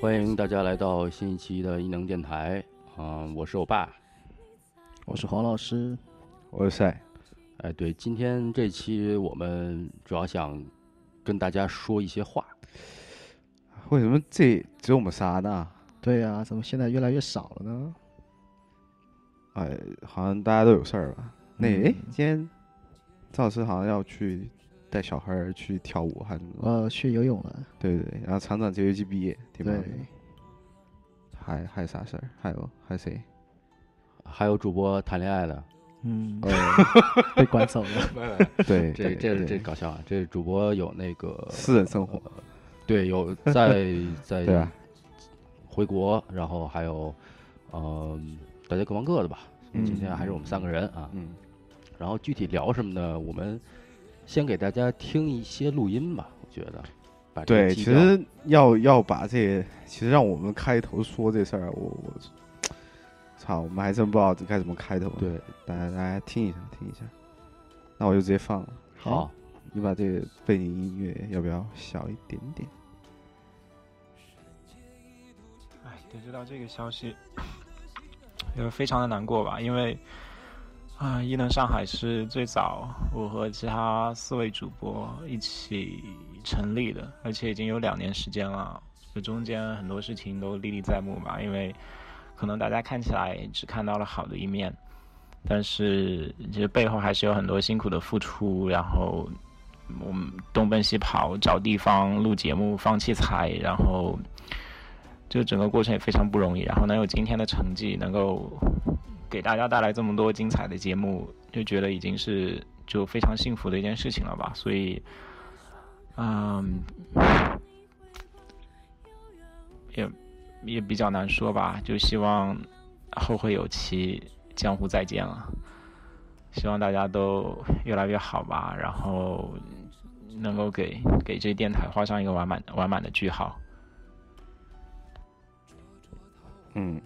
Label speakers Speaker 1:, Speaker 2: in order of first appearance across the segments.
Speaker 1: 欢迎大家来到新一期的异能电台，嗯、我是欧巴，
Speaker 2: 我是黄老师，
Speaker 3: 我塞，
Speaker 1: 哎，对，今天这期我们主要想跟大家说一些话，
Speaker 3: 为什么这只有我们仨呢？
Speaker 2: 对呀、怎么现在越来越少了呢？
Speaker 3: 哎，好像大家都有事儿吧？那
Speaker 2: 嗯
Speaker 3: 哎，今天赵老师好像要去带小孩儿去跳舞，还是什么？
Speaker 2: 呃，去游泳了，
Speaker 3: 对对对，然后厂长这学期毕业，挺棒
Speaker 2: 对
Speaker 3: 的。，还还有啥事儿？还有还有谁？
Speaker 1: 还有主播谈恋爱的，
Speaker 2: 嗯，
Speaker 3: 呃，
Speaker 2: 被赶走 了，
Speaker 3: 对，
Speaker 1: 这这是这
Speaker 3: 对
Speaker 1: 搞笑啊，这主播有那个呃
Speaker 3: 私人生活，
Speaker 1: 对有在在
Speaker 3: 对啊吧？
Speaker 1: 回国，然后还有呃，大家各忙各的吧。
Speaker 3: 嗯
Speaker 1: 今天还是我们三个人啊，
Speaker 3: 嗯，
Speaker 1: 然后具体聊什么呢？我们先给大家听一些录音吧，我觉得。把这个
Speaker 3: 对，
Speaker 1: 基
Speaker 3: 其
Speaker 1: 调
Speaker 3: 实要要把这，其实让我们开头说这事儿，我我，操，我们还真不知道该怎么开头。，
Speaker 1: 对
Speaker 3: 大家大家听一下，听一下。那我就直接放了。
Speaker 1: 好，
Speaker 3: 你把这个背景音乐要不要小一点点？
Speaker 4: 哎，得知到这个消息，也非常的难过吧，因为啊，异能上海是最早我和其他四位主播一起成立的，而且已经有两年时间了，这中间很多事情都历历在目吧，因为可能大家看起来只看到了好的一面。但是其实背后还是有很多辛苦的付出，然后我们东奔西跑找地方录节目、放器材，然后就整个过程也非常不容易，然后能有今天的成绩，能够给大家带来这么多精彩的节目，就觉得已经是就非常幸福的一件事情了吧。所以，嗯，也也比较难说吧，就希望后会有期，江湖再见了。希望大家都越来越好吧，然后能够给给这电台画上一个完满完满的句号。
Speaker 3: 嗯，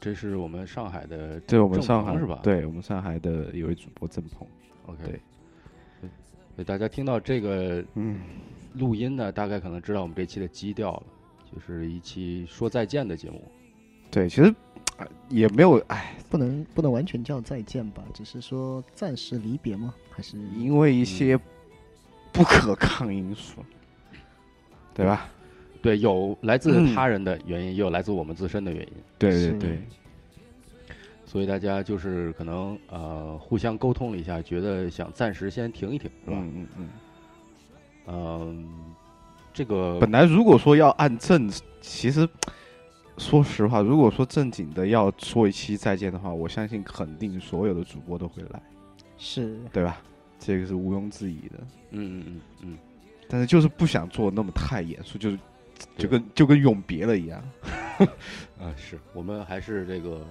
Speaker 1: 这是我们上海的
Speaker 3: 这是我们
Speaker 1: 郑
Speaker 3: 上
Speaker 1: 鹏
Speaker 3: 海
Speaker 1: 是吧
Speaker 3: 对我们上海的有一主播郑鹏。
Speaker 1: OK，
Speaker 3: 对
Speaker 1: 对，大家听到这个
Speaker 3: 嗯，
Speaker 1: 录音呢，大概可能知道我们这期的基调了，就是一期说再见的节目。
Speaker 3: 对，其实哎也没有哎，
Speaker 2: 不能不能完全叫再见吧，只是说暂时离别吗？还是嗯
Speaker 3: 因为一些不可抗因素，对吧？
Speaker 1: 对，有来自
Speaker 3: 嗯
Speaker 1: 他人的原因，也有来自我们自身的原因，
Speaker 3: 对
Speaker 2: 是
Speaker 3: 对对，
Speaker 1: 所以大家就是可能呃互相沟通了一下，觉得想暂时先停一停，是吧？
Speaker 3: 嗯嗯嗯。
Speaker 1: 嗯，这个
Speaker 3: 本来如果说要按正，其实说实话，如果说正经的要说一期再见的话，我相信肯定所有的主播都会来，
Speaker 2: 是
Speaker 3: 对吧？这个是毋庸置疑的。
Speaker 1: 嗯嗯嗯
Speaker 3: 但是就是不想做那么太严肃，就是
Speaker 1: 对
Speaker 3: 就跟就跟永别了一样。
Speaker 1: 嗯，啊，是我们还是这个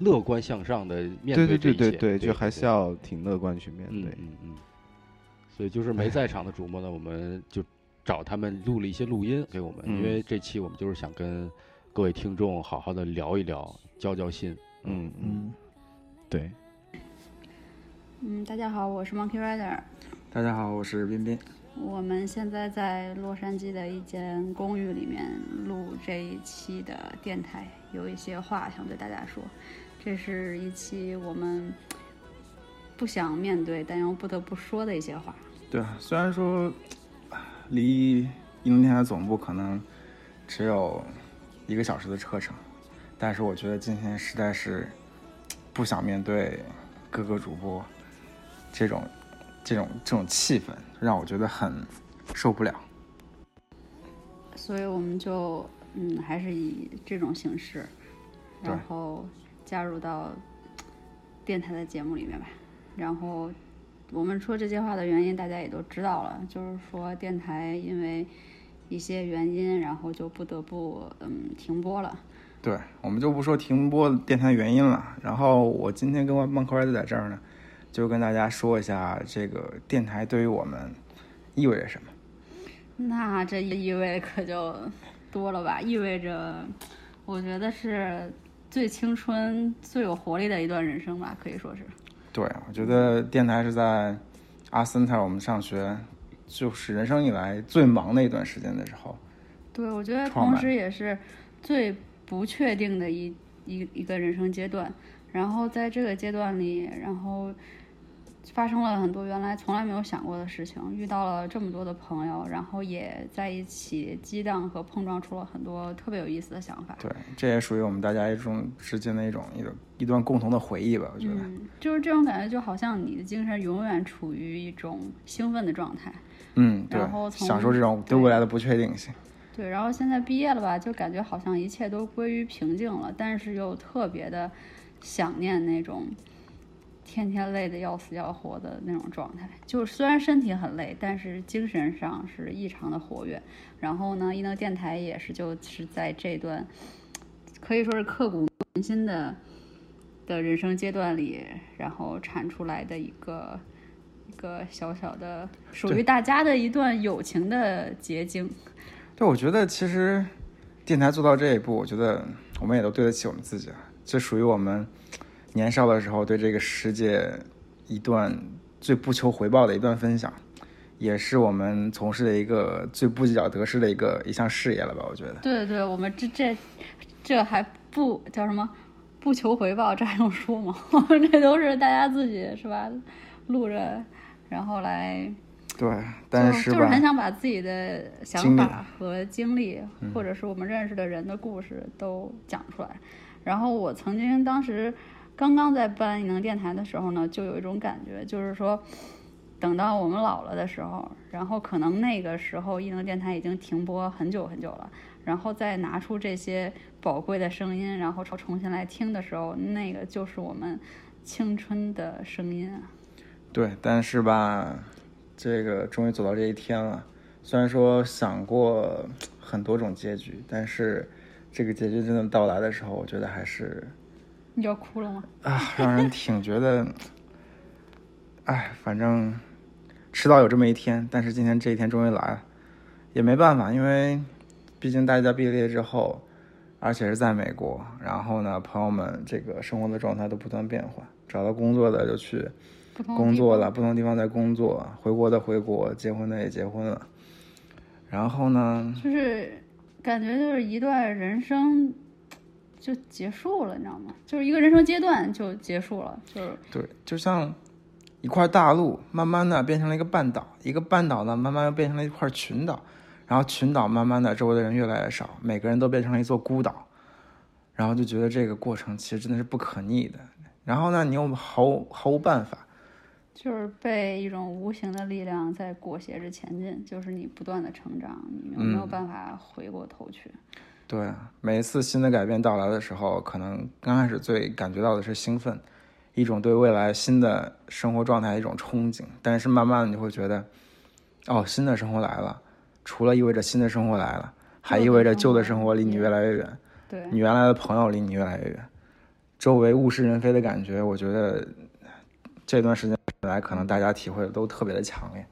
Speaker 1: 乐观向上的 面
Speaker 3: 对
Speaker 1: 这
Speaker 3: 对
Speaker 1: 一切，
Speaker 3: 对
Speaker 1: 对，
Speaker 3: 就还是
Speaker 1: 对
Speaker 3: 要挺乐观去面
Speaker 1: 嗯
Speaker 3: 对。
Speaker 1: 嗯嗯。所以就是没在场的主播呢，我们就找他们录了一些录音给我们，
Speaker 3: 嗯
Speaker 1: 因为这期我们就是想跟各位听众好好的聊一聊，交交心。
Speaker 3: 嗯嗯，
Speaker 2: 嗯，
Speaker 3: 对。
Speaker 5: 嗯，大家好，我是 Monkey Rider。
Speaker 6: 大家好，我是彬彬。
Speaker 5: 我们现在在洛杉矶的一间公寓里面录这一期的电台，有一些话想对大家说。这是一期我们不想面对但又不得不说的一些话。
Speaker 6: 对啊，虽然说唉离移动电台总部可能只有一个小时的车程，但是我觉得今天实在是嘖不想面对各个主播这种这种这种气氛，让我觉得很受不了。
Speaker 5: 所以我们就嗯，还是以这种形式，
Speaker 6: 对
Speaker 5: 然后加入到电台的节目里面吧。然后我们说这些话的原因，大家也都知道了，就是说电台因为一些原因，然后就不得不嗯停播了。
Speaker 6: 对，我们就不说停播电台原因了。然后我今天跟我孟克儿子在这儿呢，就跟大家说一下这个电台对于我们意味着什么。
Speaker 5: 那这意味可就多了吧？意味着，我觉得是最青春、最有活力的一段人生吧，可以说是。
Speaker 6: 对，我觉得电台是在阿森特我们上学，就是人生以来最忙的一段时间的时候，
Speaker 5: 对，我觉得
Speaker 6: 创
Speaker 5: 同
Speaker 6: 办
Speaker 5: 时也是最不确定的一一一个人生阶段。然后在这个阶段里，然后发生了很多原来从来没有想过的事情，遇到了这么多的朋友，然后也在一起激荡和碰撞出了很多特别有意思的想法。
Speaker 6: 对，这也属于我们大家一种之间的一种一种一段共同的回忆吧，我觉得。
Speaker 5: 嗯，就是这种感觉，就好像你的精神永远处于一种兴奋的状态。
Speaker 6: 嗯，对
Speaker 5: 然后，从
Speaker 6: 享受这种对
Speaker 5: 对
Speaker 6: 未来的不确定性。
Speaker 5: 对，然后现在毕业了吧，就感觉好像一切都归于平静了，但是又特别的想念那种天天累得要死要活的那种状态。就是虽然身体很累，但是精神上是异常的活跃。然后呢，一能电台也是就是在这段可以说是刻骨铭心的的人生阶段里，然后产出来的一个。一个小小的属于大家的一段友情的结晶，
Speaker 6: 对，我觉得其实电台做到这一步，我觉得我们也都对得起我们自己了。啊这属于我们年少的时候对这个世界一段最不求回报的一段分享，也是我们从事的一个最不计较得失的一个一项事业了吧？我觉得。
Speaker 5: 对对，我们这这这还不叫什么不求回报，这还用说吗？ 这都是大家自己是吧？录着，然后来
Speaker 6: 对，
Speaker 5: 就
Speaker 6: 但是
Speaker 5: 就是
Speaker 6: 吧
Speaker 5: 很，想把自己的想
Speaker 6: 经历嗯
Speaker 5: 法和经历，或者是我们认识的人的故事都讲出来。然后我曾经当时刚刚在办异能电台的时候呢，就有一种感觉，就是说，等到我们老了的时候，然后可能那个时候异能电台已经停播很久很久了，然后再拿出这些宝贵的声音，然后重重新来听的时候，那个就是我们青春的声音啊。
Speaker 6: 对，但是吧，这个终于走到这一天了。虽然说想过很多种结局，但是这个结局真的到来的时候，我觉得还是
Speaker 5: 你要哭了吗？
Speaker 6: 啊，让人挺觉得，哎，反正迟早有这么一天。但是今天这一天终于来了，也没办法，因为毕竟大家毕业之后，而且是在美国，然后呢，朋友们这个生活的状态都不断变化，找到工作的就去
Speaker 5: 不同的
Speaker 6: 工
Speaker 5: 地
Speaker 6: 作
Speaker 5: 方
Speaker 6: 了，不同地方在工作，回国的回国，结婚的也结婚了。然后呢，
Speaker 5: 就是感觉就是一段人生就结束了，你知道吗？就是一个人生阶段就结束了，就是
Speaker 6: 对，就像一块大陆，慢慢的变成了一个半岛，一个半岛呢，慢慢又变成了一块群岛，然后群岛慢慢的周围的人越来越少，每个人都变成了一座孤岛，然后就觉得这个过程其实真的是不可逆的。然后呢，你又毫无毫无办法，
Speaker 5: 就是被一种无形的力量在裹挟着前进，就是你不断的成长，你有没有
Speaker 6: 嗯
Speaker 5: 办法回过头去？
Speaker 6: 对，每一次新的改变到来的时候，可能刚开始最感觉到的是兴奋，一种对未来新的生活状态的一种憧憬。但是慢慢的你会觉得，哦，新的生活来了，除了意味着新的生活来了，还意味着旧的生活离你越来越远，
Speaker 5: 对
Speaker 6: 你原来的朋友离你越来越远，周围物是人非的感觉，我觉得这段时间来可能大家体会的都特别的强烈。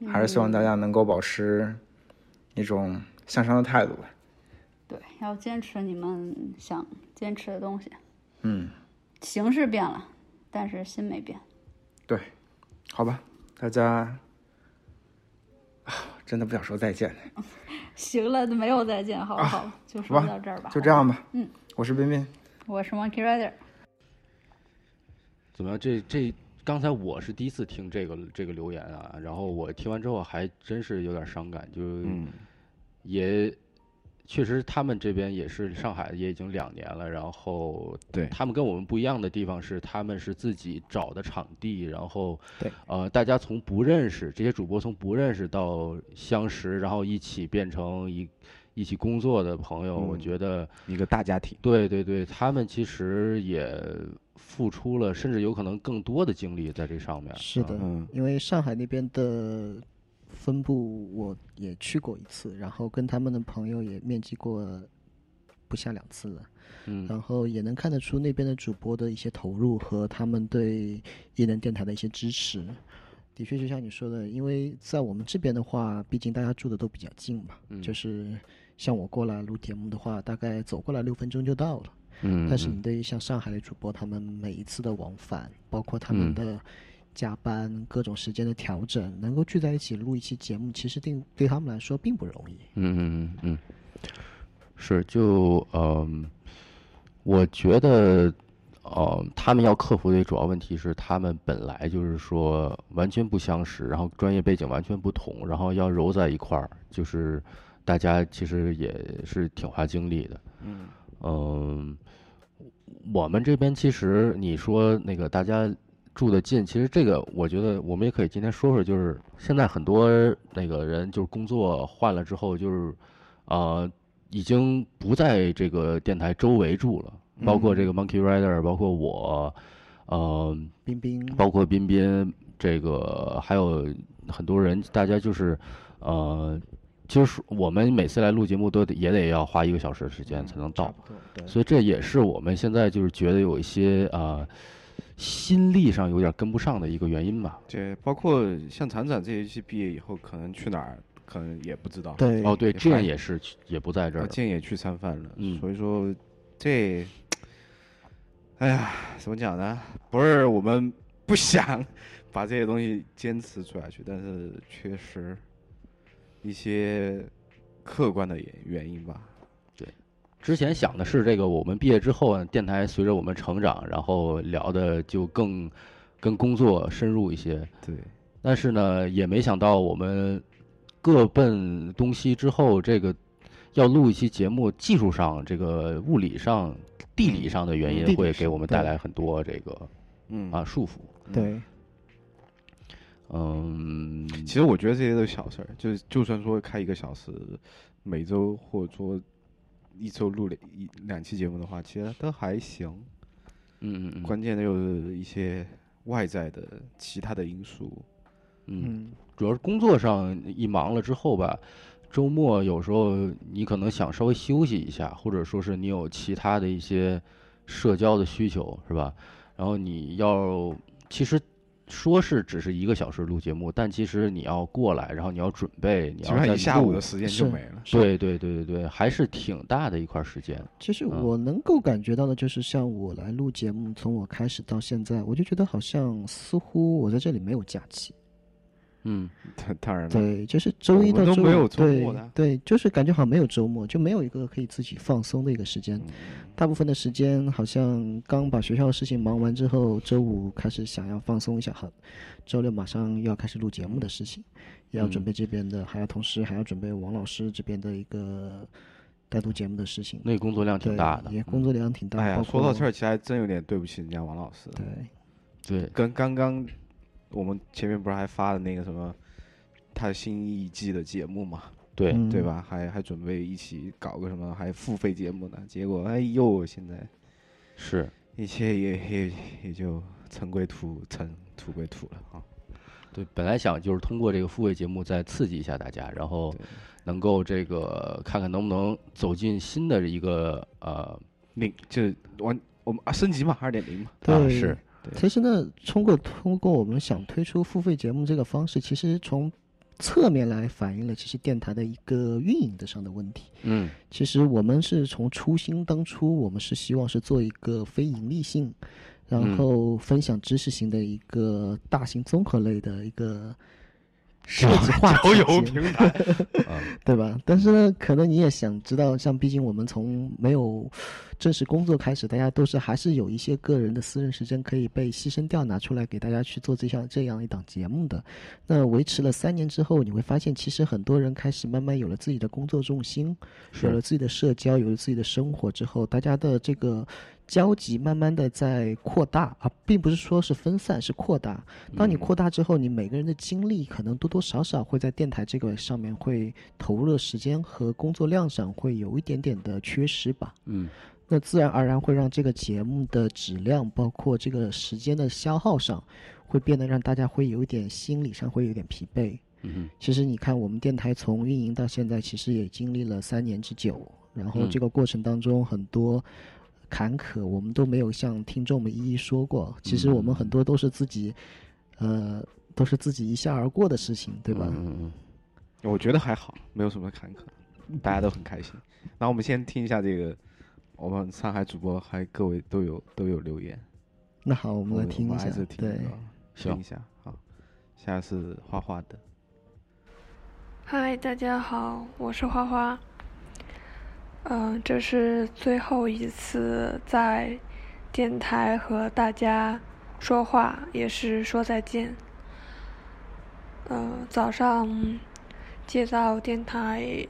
Speaker 7: 嗯
Speaker 6: 还是希望大家能够保持一种向上的态度吧。
Speaker 5: 对，要坚持你们想坚持的东西。
Speaker 6: 嗯。
Speaker 5: 形式变了，但是心没变。
Speaker 6: 对，好吧，大家啊真的不想说再见，
Speaker 5: 行了，没有再见，好不好？就嗯说
Speaker 6: 啊好吧
Speaker 5: 到这儿吧，
Speaker 6: 就
Speaker 5: 好
Speaker 6: 这
Speaker 5: 吧。
Speaker 6: 样吧。
Speaker 5: 嗯，
Speaker 6: 我是彬彬，
Speaker 5: 我是 Monkey Rider，
Speaker 1: 怎么样？这这刚才我是第一次听这个这个留言啊，然后我听完之后还真是有点伤感，就
Speaker 3: 嗯，
Speaker 1: 也确实他们这边也是上海也已经两年了，然后
Speaker 3: 对，
Speaker 1: 他们跟我们不一样的地方是，他们是自己找的场地，然后
Speaker 2: 对
Speaker 1: 呃，大家从不认识这些主播从不认识到相识，然后一起变成一一起工作的朋友，我
Speaker 3: 嗯
Speaker 1: 觉得。
Speaker 3: 一个大家庭，
Speaker 1: 对对对，他们其实也付出了，甚至有可能更多的精力在这上面。
Speaker 2: 是的
Speaker 1: 啊
Speaker 3: 嗯，
Speaker 2: 因为上海那边的分部我也去过一次，然后跟他们的朋友也面基过不下两次了，
Speaker 1: 嗯，
Speaker 2: 然后也能看得出那边的主播的一些投入和他们对异能电台的一些支持。的确，就像你说的，因为在我们这边的话，毕竟大家住的都比较近嘛，
Speaker 1: 嗯
Speaker 2: 就是像我过来录节目的话，大概走过来六分钟就到了。
Speaker 1: 嗯
Speaker 2: 但是你
Speaker 1: 嗯
Speaker 2: 对于像上海的主播，他们每一次的往返，包括他们
Speaker 1: 嗯
Speaker 2: 的加班、各种时间的调整，能够聚在一起录一期节目，其实对对他们来说并不容易。
Speaker 1: 嗯嗯嗯，嗯，是就嗯、我觉得，呃，他们要克服的主要问题是，他们本来就是说完全不相识，然后专业背景完全不同，然后要揉在一块儿，就是大家其实也是挺花精力的。
Speaker 3: 嗯
Speaker 1: 嗯，我们这边其实你说那个大家住的近，其实这个我觉得我们也可以今天说说，就是现在很多那个人就是工作换了之后，就是呃已经不在这个电台周围住了，包括这个 Monkey Rider，包括我，呃，
Speaker 2: 冰冰，
Speaker 1: 包括彬彬，这个还有很多人，大家就是，呃，就是我们每次来录节目都得也得要花一个小时的时间才能到，
Speaker 2: 对
Speaker 1: 所以这也是我们现在就是觉得有一些啊、呃心力上有点跟不上的一个原因吧。
Speaker 3: 对，包括像展展这一期毕业以后，可能去哪儿，可能也不知道。
Speaker 2: 对
Speaker 1: 哦，对，
Speaker 3: 也
Speaker 1: 这样
Speaker 3: 还
Speaker 1: 也是也不在这儿
Speaker 3: 啊，
Speaker 1: 了，
Speaker 3: 建也去三藩了，
Speaker 1: 嗯
Speaker 3: 所以说这，哎呀，怎么讲呢？不是我们 不想把这些东西坚持做下去，但是确实一些客观的原原因吧。
Speaker 1: 之前想的是这个，我们毕业之后啊，电台随着我们成长，然后聊的就更跟工作深入一些。
Speaker 3: 对，
Speaker 1: 但是呢，也没想到我们各奔东西之后，这个要录一期节目，技术上、这个物理上、地理上的原
Speaker 2: 地
Speaker 1: 因，
Speaker 2: 理
Speaker 1: 会
Speaker 2: 上
Speaker 1: 给我们带来很多这个
Speaker 3: 嗯
Speaker 1: 啊，束缚。
Speaker 2: 对
Speaker 1: 嗯，
Speaker 3: 其实我觉得这些都是小事儿，就是就算说开一个小时，每周或者说一周录两一两期节目的话，其实都还行。
Speaker 1: 嗯嗯嗯
Speaker 3: 关键的又是一些外在的其他的因素。
Speaker 1: 嗯，
Speaker 2: 嗯，
Speaker 1: 主要是工作上一忙了之后吧，周末有时候你可能想稍微休息一下，或者说是你有其他的一些社交的需求，是吧？然后你要其实说是只是一个小时录节目，但其实你要过来，然后你要准备，你
Speaker 3: 基
Speaker 1: 要
Speaker 3: 本上
Speaker 1: 再
Speaker 3: 一下午
Speaker 1: 录
Speaker 3: 的时间就是没了。
Speaker 1: 对对对对对，还是挺大的一块时间。
Speaker 2: 其实
Speaker 1: 啊
Speaker 2: 我能够感觉到的就是，像我来录节目，从我开始到现在，我就觉得好像似乎我在这里没有假期。
Speaker 1: 嗯，
Speaker 3: 当当然了，
Speaker 2: 对，就是周一
Speaker 3: 哦我
Speaker 2: 到
Speaker 3: 们都
Speaker 2: 周
Speaker 3: 没
Speaker 2: 五
Speaker 3: 有周末的
Speaker 2: 对，对，就是感觉好像没有周末，就没有一个可以自己放松的一个时间。
Speaker 3: 嗯
Speaker 2: 大部分的时间好像刚把学校的事情忙完之后，周五开始想要放松一下，好，周六马上又要开始录节目的事情，也要准
Speaker 1: 嗯
Speaker 2: 备这边的，还要同时还要准备王老师这边的一个带读节目的事情，
Speaker 1: 那工作量挺
Speaker 2: 对
Speaker 1: 大的。
Speaker 2: 也
Speaker 1: 嗯
Speaker 2: 工作量挺大。
Speaker 3: 哎呀，
Speaker 2: 包
Speaker 3: 说到
Speaker 2: 括
Speaker 3: 这儿，其实还真有点对不起人家王老师。
Speaker 2: 对，
Speaker 1: 对，
Speaker 3: 跟刚刚我们前面不是还发的那个什么他新一季的节目嘛，
Speaker 1: 对，
Speaker 2: 嗯
Speaker 3: 对？吧？还还准备一起搞个什么还付费节目呢，结果哎呦，现在
Speaker 1: 是。
Speaker 3: 一切也也也就尘归土，尘土归土了啊。
Speaker 1: 对，本来想就是通过这个付费节目再刺激一下大家，然后
Speaker 3: 对
Speaker 1: 能够这个看看能不能走进新的一个呃，
Speaker 3: 零就是完我们啊升级嘛，二点零嘛。
Speaker 2: 对，
Speaker 1: 啊是
Speaker 3: 对
Speaker 2: 其实呢，通过通过我们想推出付费节目这个方式，其实从侧面来反映了其实电台的一个运营的上的问题。
Speaker 1: 嗯
Speaker 2: 其实我们是从初心，当初我们是希望是做一个非盈利性，然
Speaker 1: 嗯
Speaker 2: 后分享知识型的一个大型综合类的一 个设计话题节目，
Speaker 3: 台，
Speaker 1: 啊
Speaker 2: 对吧？但是呢，可能你也想知道，像毕竟我们从没有正式工作开始，大家都是还是有一些个人的私人时间可以被牺牲掉，拿出来给大家去做这项这样一档节目的。那维持了三年之后，你会发现，其实很多人开始慢慢有了自己的工作重心，有了
Speaker 1: 是
Speaker 2: 自己的社交，有了自己的生活之后，大家的这个交集慢慢的在扩大啊，并不是说是分散，是扩大。当你扩大之后，你每个人的精力可能多多少少会在电台这个上面会投入的时间和工作量上会有一点点的缺失吧。
Speaker 1: 嗯
Speaker 2: 那自然而然会让这个节目的质量，包括这个时间的消耗上，会变得让大家会有一点心理上会有点疲惫。
Speaker 1: 嗯哼
Speaker 2: 其实你看，我们电台从运营到现在，其实也经历了三年之久。然后
Speaker 1: 嗯
Speaker 2: 这个过程当中很多坎坷，我们都没有向听众们一一说过。其实我们
Speaker 3: 嗯
Speaker 2: 很多都是自己，呃，都是自己一笑而过的事情，对吧？
Speaker 1: 嗯嗯
Speaker 3: 我觉得还好，没有什么坎坷， 大家都很开心。那我们先听一下这个，我们上海主播还各位都有都有留言，
Speaker 2: 那好，我们来听
Speaker 3: 嗯哦我
Speaker 2: 一
Speaker 3: 们
Speaker 2: 下
Speaker 3: 还是，听嗯
Speaker 2: 对
Speaker 3: 一，个
Speaker 1: 行
Speaker 3: 听一下啊。下次画画的，
Speaker 8: 嗨，大家好，我是花花。嗯、这是最后一次在电台和大家说话，也是说再见。嗯、早上接到电台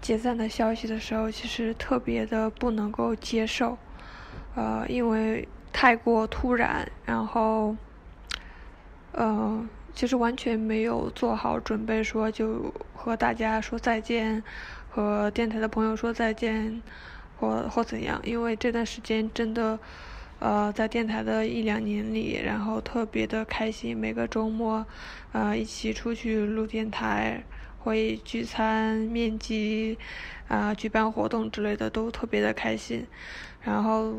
Speaker 8: 解散的消息的时候，其实特别的不能够接受，呃，因为太过突然，然后，呃，其实完全没有做好准备，说就和大家说再见，和电台的朋友说再见，或或怎样，因为这段时间真的，呃，在电台的一两年里，然后特别的开心，每个周末，呃，一起出去录电台，会聚餐、面基，啊、举办活动之类的都特别的开心，然后，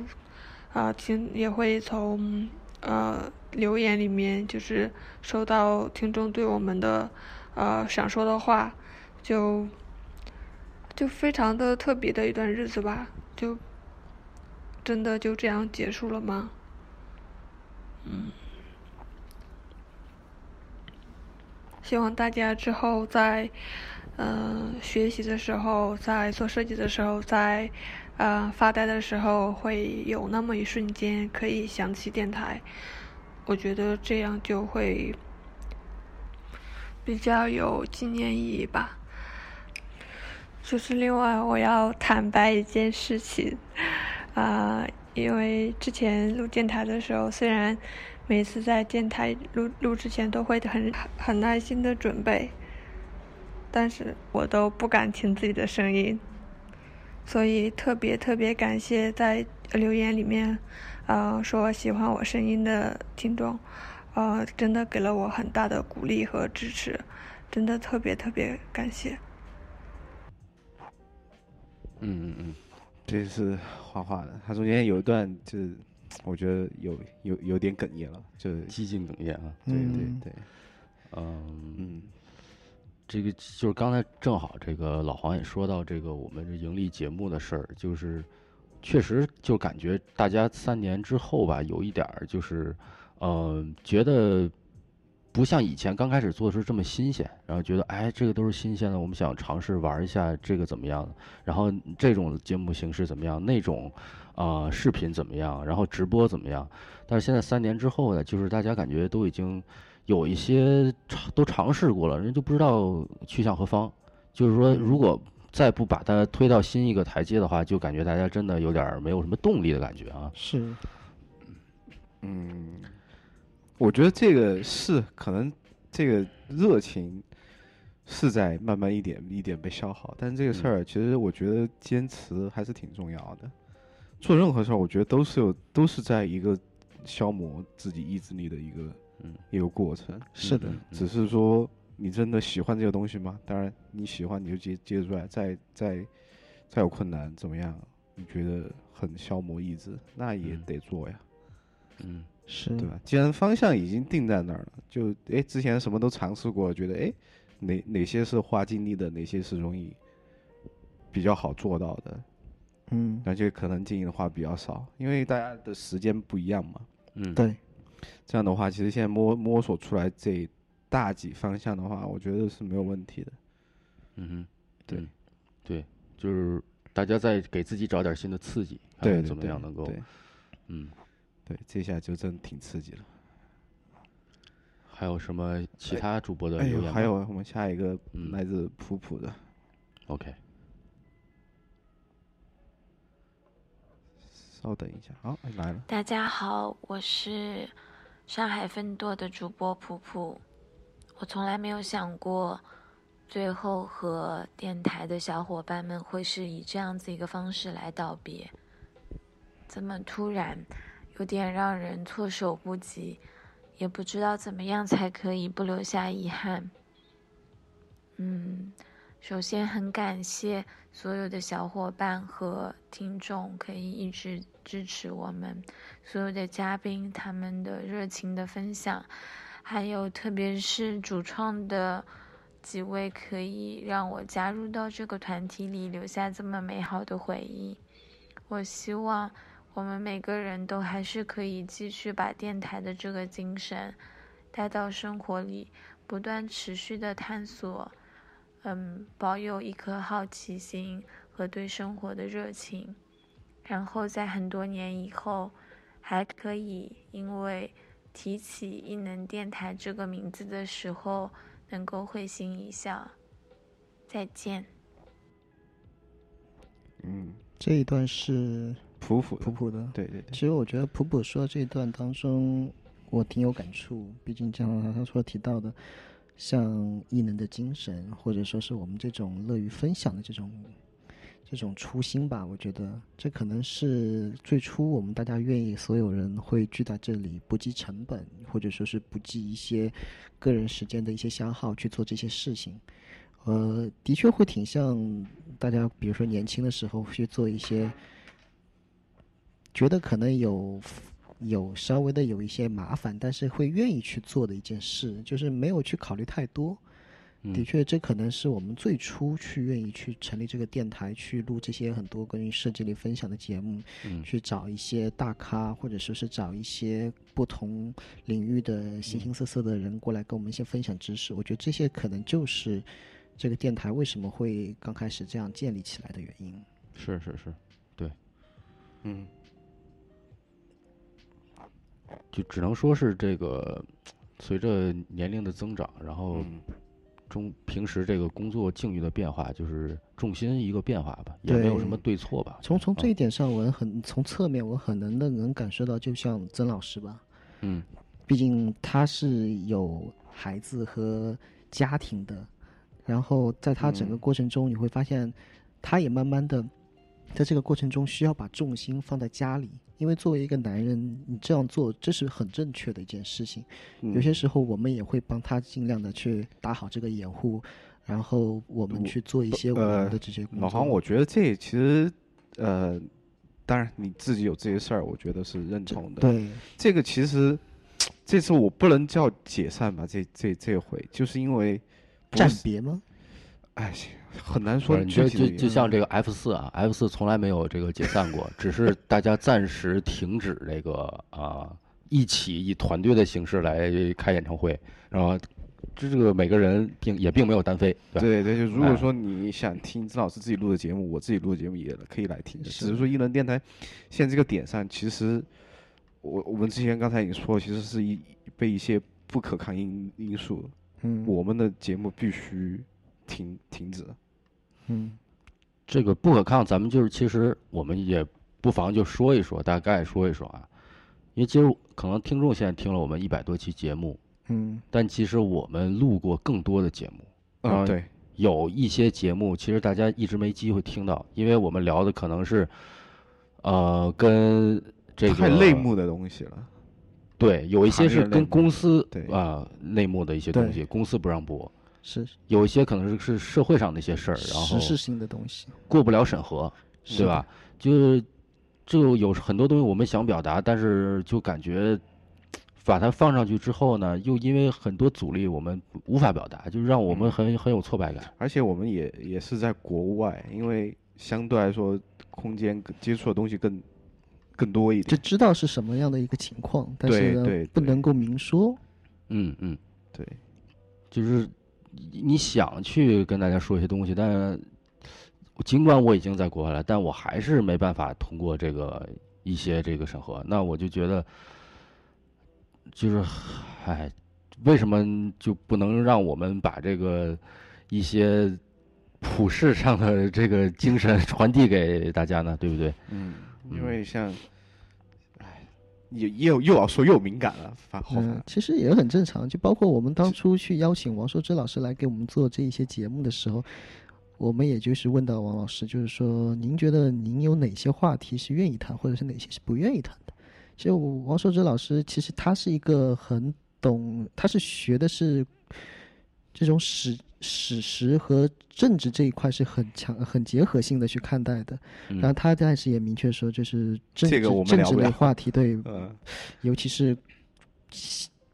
Speaker 8: 啊、听也会从呃留言里面就是收到听众对我们的呃想说的话，就就非常的特别的一段日子吧，就真的就这样结束了吗？希望大家之后在，嗯、学习的时候，在做设计的时候，在，呃，发呆的时候，会有那么一瞬间可以想起电台。我觉得这样就会比较有纪念意义吧。就是另外，我要坦白一件事情，啊、因为之前录电台的时候，虽然每次在电台录录之前都会很很耐心的准备，但是我都不敢听自己的声音，所以特别特别感谢在留言里面，呃，说喜欢我声音的听众，呃，真的给了我很大的鼓励和支持，真的特别特别感谢。
Speaker 1: 嗯嗯嗯，
Speaker 3: 这是画画的。他中间有一段就是，我觉得有有有点哽咽了，就是
Speaker 1: 激进哽咽啊，
Speaker 3: 对对
Speaker 2: 嗯
Speaker 3: 对，
Speaker 1: 嗯，
Speaker 3: 嗯
Speaker 1: 这个就是刚才正好这个老黄也说到这个我们这盈利节目的事儿，就是确实就感觉大家三年之后吧，有一点儿就是，呃，觉得不像以前刚开始做的时候这么新鲜，然后觉得哎这个都是新鲜的，我们想尝试玩一下这个怎么样，然后这种节目形式怎么样，那种啊、呃视频怎么样，然后直播怎么样，但是现在三年之后呢，就是大家感觉都已经。有一些尝都尝试过了，人家就不知道去向何方。就是说，如果再不把它推到新一个台阶的话，就感觉大家真的有点儿没有什么动力的感觉啊。
Speaker 2: 是，
Speaker 3: 嗯，我觉得这个是可能这个热情是在慢慢一点一点被消耗，但是这个事
Speaker 1: 嗯
Speaker 3: 儿其实我觉得坚持还是挺重要的。做任何事儿，我觉得都是有都是在一个消磨自己意志力的一个
Speaker 1: 嗯
Speaker 3: 一个过程。嗯
Speaker 2: 是的，
Speaker 3: 只是说你真的喜欢这个东西吗？当然，你喜欢你就接接出来，再再再有困难怎么样？你觉得很消磨意志，那也
Speaker 1: 嗯
Speaker 3: 得做呀，
Speaker 1: 嗯
Speaker 2: 是
Speaker 3: 对吧？既然方向已经定在那儿了，就哎之前什么都尝试过，觉得哎哪哪些是花精力的，哪些是容易比较好做到的，
Speaker 2: 嗯，
Speaker 3: 那就可能经营的话比较少，因为大家的时间不一样嘛。
Speaker 1: 嗯，
Speaker 2: 对，
Speaker 3: 这样的话，其实现在摸摸索出来这大几方向的话，我觉得是没有问题的。
Speaker 1: 嗯哼，
Speaker 3: 对
Speaker 1: 嗯对，就是大家再给自己找点儿新的刺激，看
Speaker 3: 对
Speaker 1: 看
Speaker 3: 对
Speaker 1: 怎么
Speaker 3: 对
Speaker 1: 样能够
Speaker 3: 对
Speaker 1: 嗯，
Speaker 3: 对，这下就真挺刺激了。
Speaker 1: 还有什么其他主播的
Speaker 3: 哎
Speaker 1: 留
Speaker 3: 呦
Speaker 1: 言，吗？
Speaker 3: 还有我们下一个
Speaker 1: 嗯
Speaker 3: 来自普普的，
Speaker 1: OK，
Speaker 3: 稍等一下，好、哎来了。
Speaker 7: 大家好，我是上海分舵的主播普普。我从来没有想过，最后和电台的小伙伴们会是以这样子一个方式来道别，这么突然，有点让人措手不及，也不知道怎么样才可以不留下遗憾。嗯，首先很感谢所有的小伙伴和听众可以一直支持我们，所有的嘉宾他们的热情的分享，还有特别是主创的几位可以让我加入到这个团体里，留下这么美好的回忆。我希望我们每个人都还是可以继续把电台的这个精神带到生活里，不断持续的探索，嗯，保有一颗好奇心和对生活的热情，然后在很多年以后，还可以因为提起“异能电台”这个名字的时候，能够会心一笑。再见。
Speaker 3: 嗯，
Speaker 2: 这一段是
Speaker 3: 普普的
Speaker 2: 普普的，
Speaker 3: 对对对
Speaker 2: 其，实我觉得普普说这一段当中，我挺有感触。毕竟像 他所提到的，像异能的精神，或者说是我们这种乐于分享的这种这种初心吧，我觉得这可能是最初我们大家愿意所有人会聚在这里，不计成本，或者说是不计一些个人时间的一些消耗去做这些事情。呃，的确会挺像大家，比如说年轻的时候去做一些。觉得可能有有稍微的有一些麻烦，但是会愿意去做的一件事，就是没有去考虑太多。的确，这可能是我们最初去愿意去成立这个电台，去录这些很多关于设计类分享的节目，
Speaker 1: 嗯
Speaker 2: 去找一些大咖，或者说是找一些不同领域的形形色色的人过来跟我们一些分享知识。我觉得这些可能就是这个电台为什么会刚开始这样建立起来的原因。
Speaker 1: 是是是，
Speaker 3: 嗯
Speaker 1: 就只能说是这个随着年龄的增长，然后
Speaker 3: 嗯
Speaker 1: 中平时这个工作境遇的变化，就是重心一个变化吧，也没有什么对错吧。
Speaker 2: 从从这一
Speaker 1: 啊
Speaker 2: 点上，我很从侧面我很能的能感受到，就像曾老师吧，
Speaker 1: 嗯
Speaker 2: 毕竟他是有孩子和家庭的，然后在他整个
Speaker 3: 嗯
Speaker 2: 过程中，你会发现，他也慢慢的在这个过程中需要把重心放在家里，因为作为一个男人，你这样做这是很正确的一件事情。
Speaker 3: 嗯，
Speaker 2: 有些时候我们也会帮他尽量的去打好这个掩护，然后我们
Speaker 3: 我
Speaker 2: 去做一些我
Speaker 3: 呃
Speaker 2: 们的这些工作。
Speaker 3: 老黄，我觉得这其实，呃，当然你自己有这些事儿，我觉得是认同的。，
Speaker 2: 对
Speaker 3: 这个其实这次我不能叫解散吧，这这这回就是因为不
Speaker 2: 暂
Speaker 3: 是，
Speaker 2: 别吗？
Speaker 3: 哎，很难
Speaker 1: 不
Speaker 3: 说
Speaker 1: 是，你
Speaker 3: 具
Speaker 1: 这
Speaker 3: 体的
Speaker 1: 就
Speaker 3: 原
Speaker 1: 就
Speaker 3: 因
Speaker 1: 像这个 F 四啊，F 四从来没有这个解散过，只是大家暂时停止这个啊，一起以团队的形式来开演唱会，然后这这个每个人并也并没有单飞，对吧
Speaker 3: 对对，就如
Speaker 1: 哎
Speaker 3: 果说你想听曾老师自己录的节目，我自己录的节目也可以来听的，只
Speaker 2: 是
Speaker 3: 是说一轮电台现在这个点上，其实我我们之前刚才已经说，其实是一被一些不可抗因因素，
Speaker 2: 嗯，
Speaker 3: 我们的节目必须停停止。
Speaker 2: 嗯
Speaker 1: 这个不可抗，咱们就是其实我们也不妨就说一说，大概说一说啊，因为其实可能听众现在听了我们一百多期节目，
Speaker 2: 嗯
Speaker 1: 但其实我们录过更多的节目，啊
Speaker 3: 嗯，对，
Speaker 1: 有一些节目其实大家一直没机会听到，因为我们聊的可能是，呃，跟这个
Speaker 3: 太类目的东西了。
Speaker 1: 对，有一些
Speaker 3: 行
Speaker 1: 是
Speaker 3: 业类
Speaker 1: 跟
Speaker 3: 目
Speaker 1: 公司
Speaker 3: 对
Speaker 1: 啊、内幕的一些东西，公司不让播，
Speaker 2: 是
Speaker 1: 有一些可能是是社会上的一些事儿，然后
Speaker 2: 实质性的东西，
Speaker 1: 过不了审核，
Speaker 2: 是
Speaker 1: 对
Speaker 2: 的
Speaker 1: 吧？？就是就有很多东西我们想表达，但是就感觉把它放上去之后呢，又因为很多阻力，我们无法表达，就让我
Speaker 2: 嗯
Speaker 1: 们很很有挫败感。
Speaker 3: 而且我们也也是在国外，因为相对来说空间更接触的东西更更多一
Speaker 2: 就
Speaker 3: 点。
Speaker 2: 知道是什么样的一个情况，但是
Speaker 3: 对
Speaker 2: 呢
Speaker 3: 对，
Speaker 2: 不
Speaker 3: 对
Speaker 2: 能够明说。
Speaker 1: 嗯嗯，
Speaker 3: 对，
Speaker 1: 就是你你想去跟大家说一些东西，但尽管我已经在国外了，但我还是没办法通过这个一些这个审核。那我就觉得，就是唉，为什么就不能让我们把这个一些普世上的这个精神传递给大家呢？对不对？
Speaker 3: 嗯，因
Speaker 1: 嗯
Speaker 3: 为像，哎，也也有又要说又敏感了，反好
Speaker 2: 嗯
Speaker 3: 烦，。
Speaker 2: 其实也很正常。就包括我们当初去邀请王硕之老师来给我们做这一些节目的时候，我们也就是问到王老师，就是说您觉得您有哪些话题是愿意谈，或者是哪些是不愿意谈的？其实我王硕之老师其实他是一个很懂，他是学的是这种史史实和政治这一块是很强、很结合性的去看待的。然后
Speaker 1: 嗯，
Speaker 2: 他但是也明确说，就是政治
Speaker 3: 这个我们
Speaker 2: 政
Speaker 3: 聊
Speaker 2: 治
Speaker 3: 不
Speaker 2: 类
Speaker 3: 了
Speaker 2: 话题，对，
Speaker 3: 嗯，
Speaker 2: 尤其是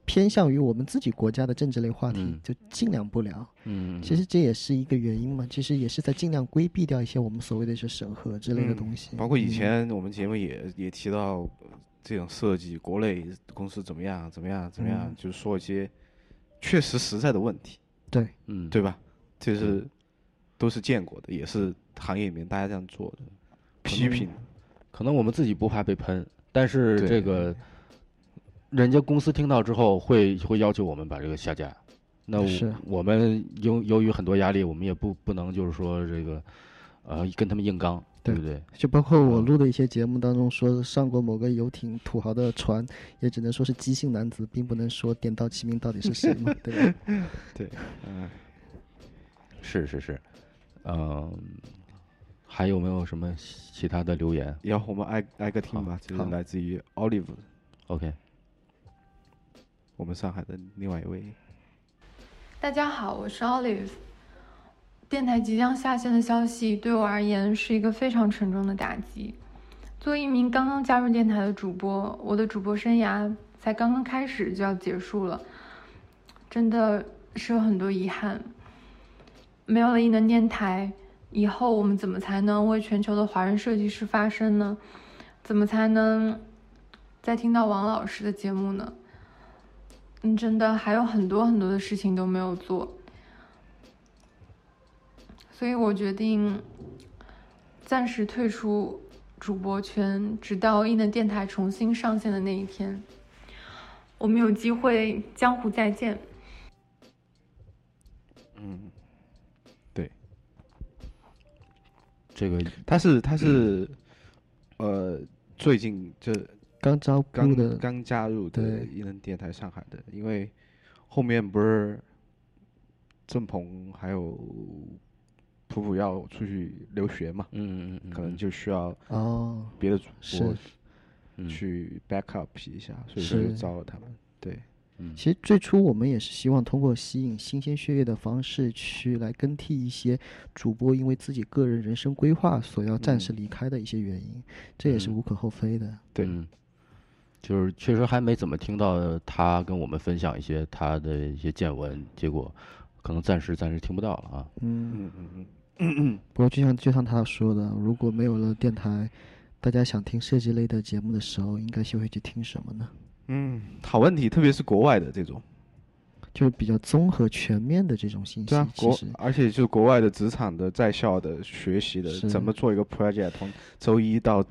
Speaker 2: 偏向于我们自己国家的政治类话题，
Speaker 1: 嗯
Speaker 2: 就尽量不聊。
Speaker 1: 嗯，
Speaker 2: 其实这也是一个原因嘛，其实也是在尽量规避掉一些我们所谓的一些审核之类的
Speaker 3: 嗯
Speaker 2: 东西。
Speaker 3: 包括以
Speaker 2: 嗯
Speaker 3: 前我们节目也也提到，这种设计，国内公司怎么样怎么样怎么样，
Speaker 2: 嗯
Speaker 3: 就是说一些确实实在的问题，
Speaker 2: 对，
Speaker 1: 嗯，
Speaker 3: 对吧？这是
Speaker 1: 对
Speaker 3: 都是见过的，也是行业里面大家这样做的批评。
Speaker 1: 可能我们自己不怕被喷，但是
Speaker 3: 对
Speaker 1: 这个人家公司听到之后会会要求我们把这个下架。那我
Speaker 2: 是
Speaker 1: 我们由由于很多压力，我们也不不能就是说这个呃跟他们硬刚，对
Speaker 2: 对
Speaker 1: 不对？
Speaker 2: 就包括我
Speaker 1: 嗯
Speaker 2: 录的一些节目当中说上过某个游艇土豪的船，也只能说是姬姓男子，并不能说点到其名到底是谁嘛，对吧？
Speaker 3: 嗯，
Speaker 1: 是是是，嗯、还有没有什么其他的留言
Speaker 3: 然后我们挨挨个听吧，这是
Speaker 1: 好
Speaker 3: 来自于 Olive，
Speaker 1: ？OK，
Speaker 3: 我们上海的另外一位。
Speaker 9: 大家好，我是 Olive。电台即将下线的消息对我而言是一个非常沉重的打击。作为一名刚刚加入电台的主播，我的主播生涯才刚刚开始就要结束了，真的是有很多遗憾。没有了异能电台，以后我们怎么才能为全球的华人设计师发声呢？怎么才能再听到王老师的节目呢？嗯，真的还有很多很多的事情都没有做，所以我决定暂时退出主播圈，直到异能电台重新上线的那一天，我们有机会江湖再见。
Speaker 3: 嗯，
Speaker 1: 这个
Speaker 3: 他是他是，呃，最近这
Speaker 2: 刚招
Speaker 3: 刚
Speaker 2: 募的，
Speaker 3: 刚加入的
Speaker 2: 对
Speaker 3: 伊能电台上海的，因为后面不是郑鹏还有普普要出去留学嘛，
Speaker 1: 嗯嗯嗯，
Speaker 3: 可能就需要
Speaker 2: 哦，
Speaker 3: 别的主
Speaker 2: 是
Speaker 3: 播
Speaker 1: 嗯
Speaker 3: 去 back up 一下，所以说就是招了他们。对，
Speaker 2: 其实最初我们也是希望通过吸引新鲜血液的方式去来更替一些主播因为自己个人人生规划所要暂时
Speaker 3: 嗯
Speaker 2: 离开的一些原因，这也是
Speaker 1: 嗯
Speaker 2: 无可厚非的。
Speaker 3: 对
Speaker 1: 嗯就是确实还没怎么听到他跟我们分享一些他的一些见闻，结果可能暂时暂时听不到了啊。
Speaker 2: 嗯
Speaker 3: 嗯嗯嗯，
Speaker 2: 不过就像就像他说的，如果没有了电台，大家想听设计类的节目的时候，应该是会去听什么呢？
Speaker 3: 嗯，好问题，特别是国外的这种，
Speaker 2: 就是比较综合全面的这种信息。
Speaker 3: 对啊，
Speaker 2: 其
Speaker 3: 国
Speaker 2: 实
Speaker 3: 而且就是国外的职场的在校的学习的，
Speaker 2: 是
Speaker 3: 怎么做一个 project，从周一到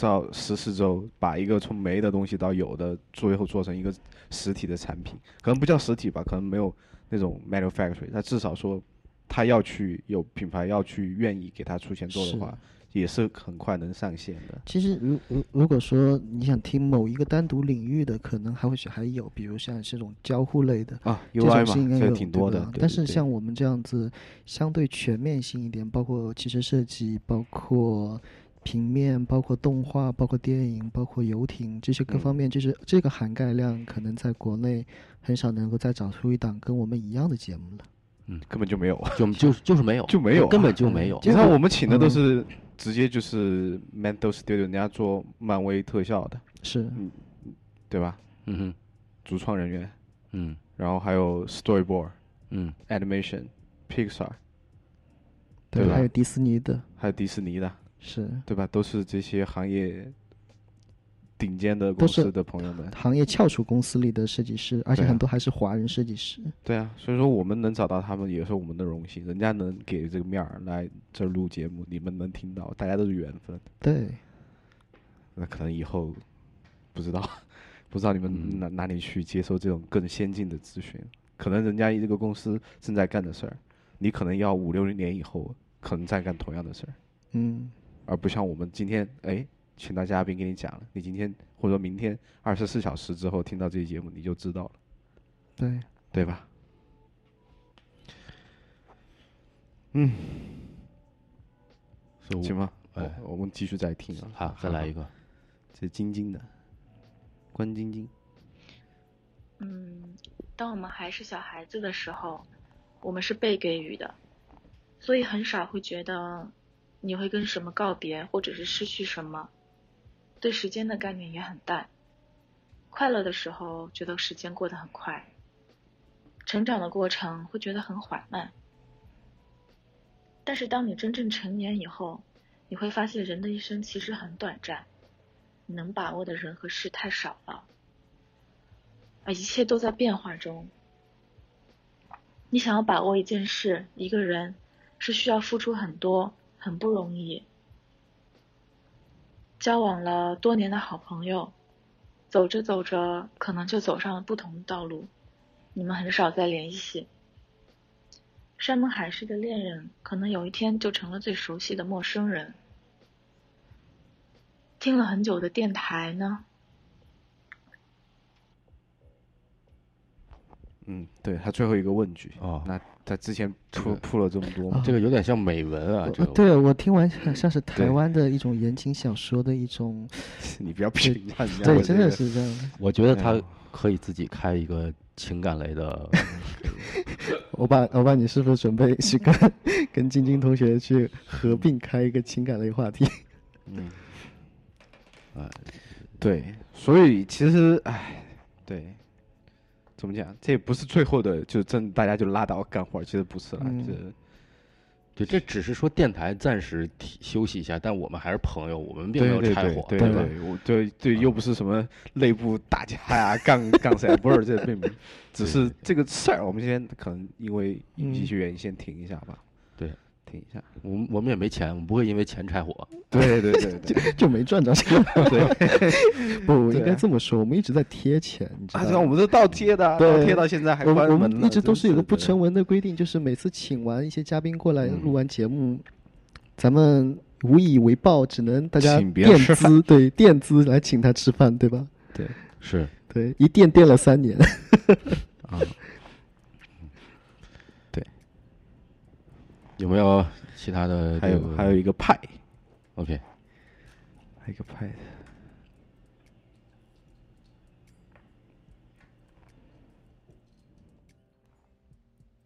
Speaker 3: 到十四周，把一个从没的东西到有的，最后做成一个实体的产品，可能不叫实体吧，可能没有那种 manufacturing，但至少说他要去有品牌要去愿意给他出钱做的
Speaker 2: 是
Speaker 3: 话，也是很快能上线的。
Speaker 2: 其实如如如果说你想听某一个单独领域的，可能还会是还有，比如像这种交互类的。
Speaker 3: 啊
Speaker 2: 这种
Speaker 3: ，UI
Speaker 2: 是应该
Speaker 3: 嘛，这
Speaker 2: 有
Speaker 3: 个挺多
Speaker 2: 对
Speaker 3: 的
Speaker 2: 吧，
Speaker 3: 对
Speaker 2: 但
Speaker 3: 对
Speaker 2: 是
Speaker 3: 对
Speaker 2: 像我们这样子，相对全面性一点，包括汽车设计，包括平面，包括动画，包括电影，包括游艇，这些各
Speaker 3: 嗯
Speaker 2: 方面，就是这个涵盖量，可能在国内很少能够再找出一档跟我们一样的节目了。
Speaker 3: 根本就没有，
Speaker 1: 嗯就
Speaker 3: 啊
Speaker 1: 就是就是没有，
Speaker 3: 就没有
Speaker 1: 根
Speaker 3: 啊
Speaker 1: 本就没有。
Speaker 3: 你看我们请的都
Speaker 2: 嗯
Speaker 3: 是直接就是 Mando Studio 人家做漫威特效的，嗯
Speaker 2: 是，
Speaker 3: 对吧？
Speaker 1: 嗯哼，
Speaker 3: 主创人员，
Speaker 1: 嗯
Speaker 3: 然后还有 Storyboard、
Speaker 1: 嗯
Speaker 3: Animation、Pixar，
Speaker 2: 对，
Speaker 3: 对吧
Speaker 2: 还有迪士尼的，
Speaker 3: 还有迪士尼的，
Speaker 2: 是
Speaker 3: 对吧？都是这些行业顶尖的
Speaker 2: 都
Speaker 3: 公
Speaker 2: 是
Speaker 3: 司的朋友们。
Speaker 2: 行业翘楚公司里的设计师，而且
Speaker 3: 对啊
Speaker 2: 很多还是华人设计师。
Speaker 3: 对啊，所以说我们能找到他们也是我们的荣幸，人家能给这个面儿来这儿录节目，你们能听到，大家都是缘分。
Speaker 2: 对，
Speaker 3: 那可能以后不知道， 不知道你们
Speaker 1: 嗯
Speaker 3: 哪哪里去接受这种更先进的资讯。可能人家这个公司正在干的事儿，你可能要五六年以后可能在干同样的事儿，
Speaker 2: 嗯，
Speaker 3: 而不像我们今天哎，请到嘉宾给你讲了，你今天或者说明天二十四小时之后听到这期节目你就知道了，
Speaker 2: 对。
Speaker 3: 对吧？
Speaker 1: 所以
Speaker 3: 嗯行吧，
Speaker 1: 哎
Speaker 3: 我我们继续再听啊
Speaker 1: 我，好，再来一
Speaker 3: 个，
Speaker 1: 个。
Speaker 3: 这晶晶的，关晶晶，
Speaker 10: 嗯，当我们还是小孩子的时候，我们是被给予的，所以很少会觉得你会跟什么告别，或者是失去什么。对时间的概念也很淡，快乐的时候觉得时间过得很快，成长的过程会觉得很缓慢。但是当你真正成年以后，你会发现人的一生其实很短暂，能把握的人和事太少了，啊，一切都在变化中。你想要把握一件事、一个人，是需要付出很多，很不容易。交往了多年的好朋友，走着走着，可能就走上了不同的道路，你们很少再联系。山盟海誓的恋人，可能有一天就成了最熟悉的陌生人。听了很久的电台呢，
Speaker 3: 嗯，对他最后一个问句
Speaker 1: 哦
Speaker 3: 那他之前
Speaker 1: 这
Speaker 3: 铺
Speaker 1: 个哦
Speaker 3: 铺了这么多
Speaker 2: 啊
Speaker 3: 嘛，
Speaker 1: 这个有点像美文啊，这
Speaker 2: 我呃
Speaker 1: 个
Speaker 2: 对我听完像像是
Speaker 3: 对
Speaker 2: 台湾的一种言情小说的一 种，
Speaker 3: 你不要评价人家，
Speaker 2: 对，
Speaker 3: 我
Speaker 2: 真
Speaker 3: 这
Speaker 2: 的
Speaker 3: 个
Speaker 2: 是这样的。
Speaker 1: 我觉得
Speaker 3: 哎
Speaker 1: 他
Speaker 3: 呦
Speaker 1: 可以自己开一个情感类 的，
Speaker 2: 我把我把你是不是准备去跟 跟晶晶同学去合并开一个情感类话题？
Speaker 1: 嗯哎
Speaker 3: 对，所以其实唉，对，怎么讲？这也不是最后的，就真大家就拉倒干活儿，其实不是啦，
Speaker 2: 嗯
Speaker 3: 这
Speaker 1: 对，这只是说电台暂时提休息一下，但我们还是朋友，我们并没
Speaker 3: 对
Speaker 1: 有
Speaker 3: 对
Speaker 1: 拆
Speaker 3: 对
Speaker 1: 伙，
Speaker 3: 对
Speaker 1: 吧？嗯
Speaker 3: 对，我对对，又不是什么内部打架呀、杠杠谁，不是这 并没有，只是这个事儿，我们先可能因为一些原因先停一下吧，
Speaker 1: 对，
Speaker 3: 停一下，
Speaker 1: 我们我们也没钱，我们不会因为钱拆伙。
Speaker 3: 对对 对对
Speaker 2: 就没赚着钱。
Speaker 3: 对，
Speaker 2: 不，我
Speaker 3: 对
Speaker 2: 应该这么说，我们一直在贴钱，你知
Speaker 3: 啊，
Speaker 2: 道
Speaker 3: 对我
Speaker 2: 吗？
Speaker 3: 们都倒贴的，啊倒
Speaker 2: 对
Speaker 3: 贴到现在还
Speaker 2: 我
Speaker 3: 关
Speaker 2: 们我
Speaker 3: 门
Speaker 2: 们
Speaker 3: 了
Speaker 2: 一直都
Speaker 3: 真
Speaker 2: 是有个不
Speaker 3: 的
Speaker 2: 成文的规定，就是每次请完一些嘉宾过来
Speaker 1: 嗯
Speaker 2: 录完节目，咱们无以为报，只能大家
Speaker 3: 请别人
Speaker 2: 垫
Speaker 3: 吃饭
Speaker 2: 资，对垫资来请他吃饭，对吧？
Speaker 1: 是，
Speaker 2: 对，一垫垫了三年。
Speaker 3: 啊
Speaker 1: 有没有其他的这
Speaker 3: 还
Speaker 1: 个？
Speaker 3: 有还有一个派，
Speaker 1: OK，
Speaker 3: 还有一个派的。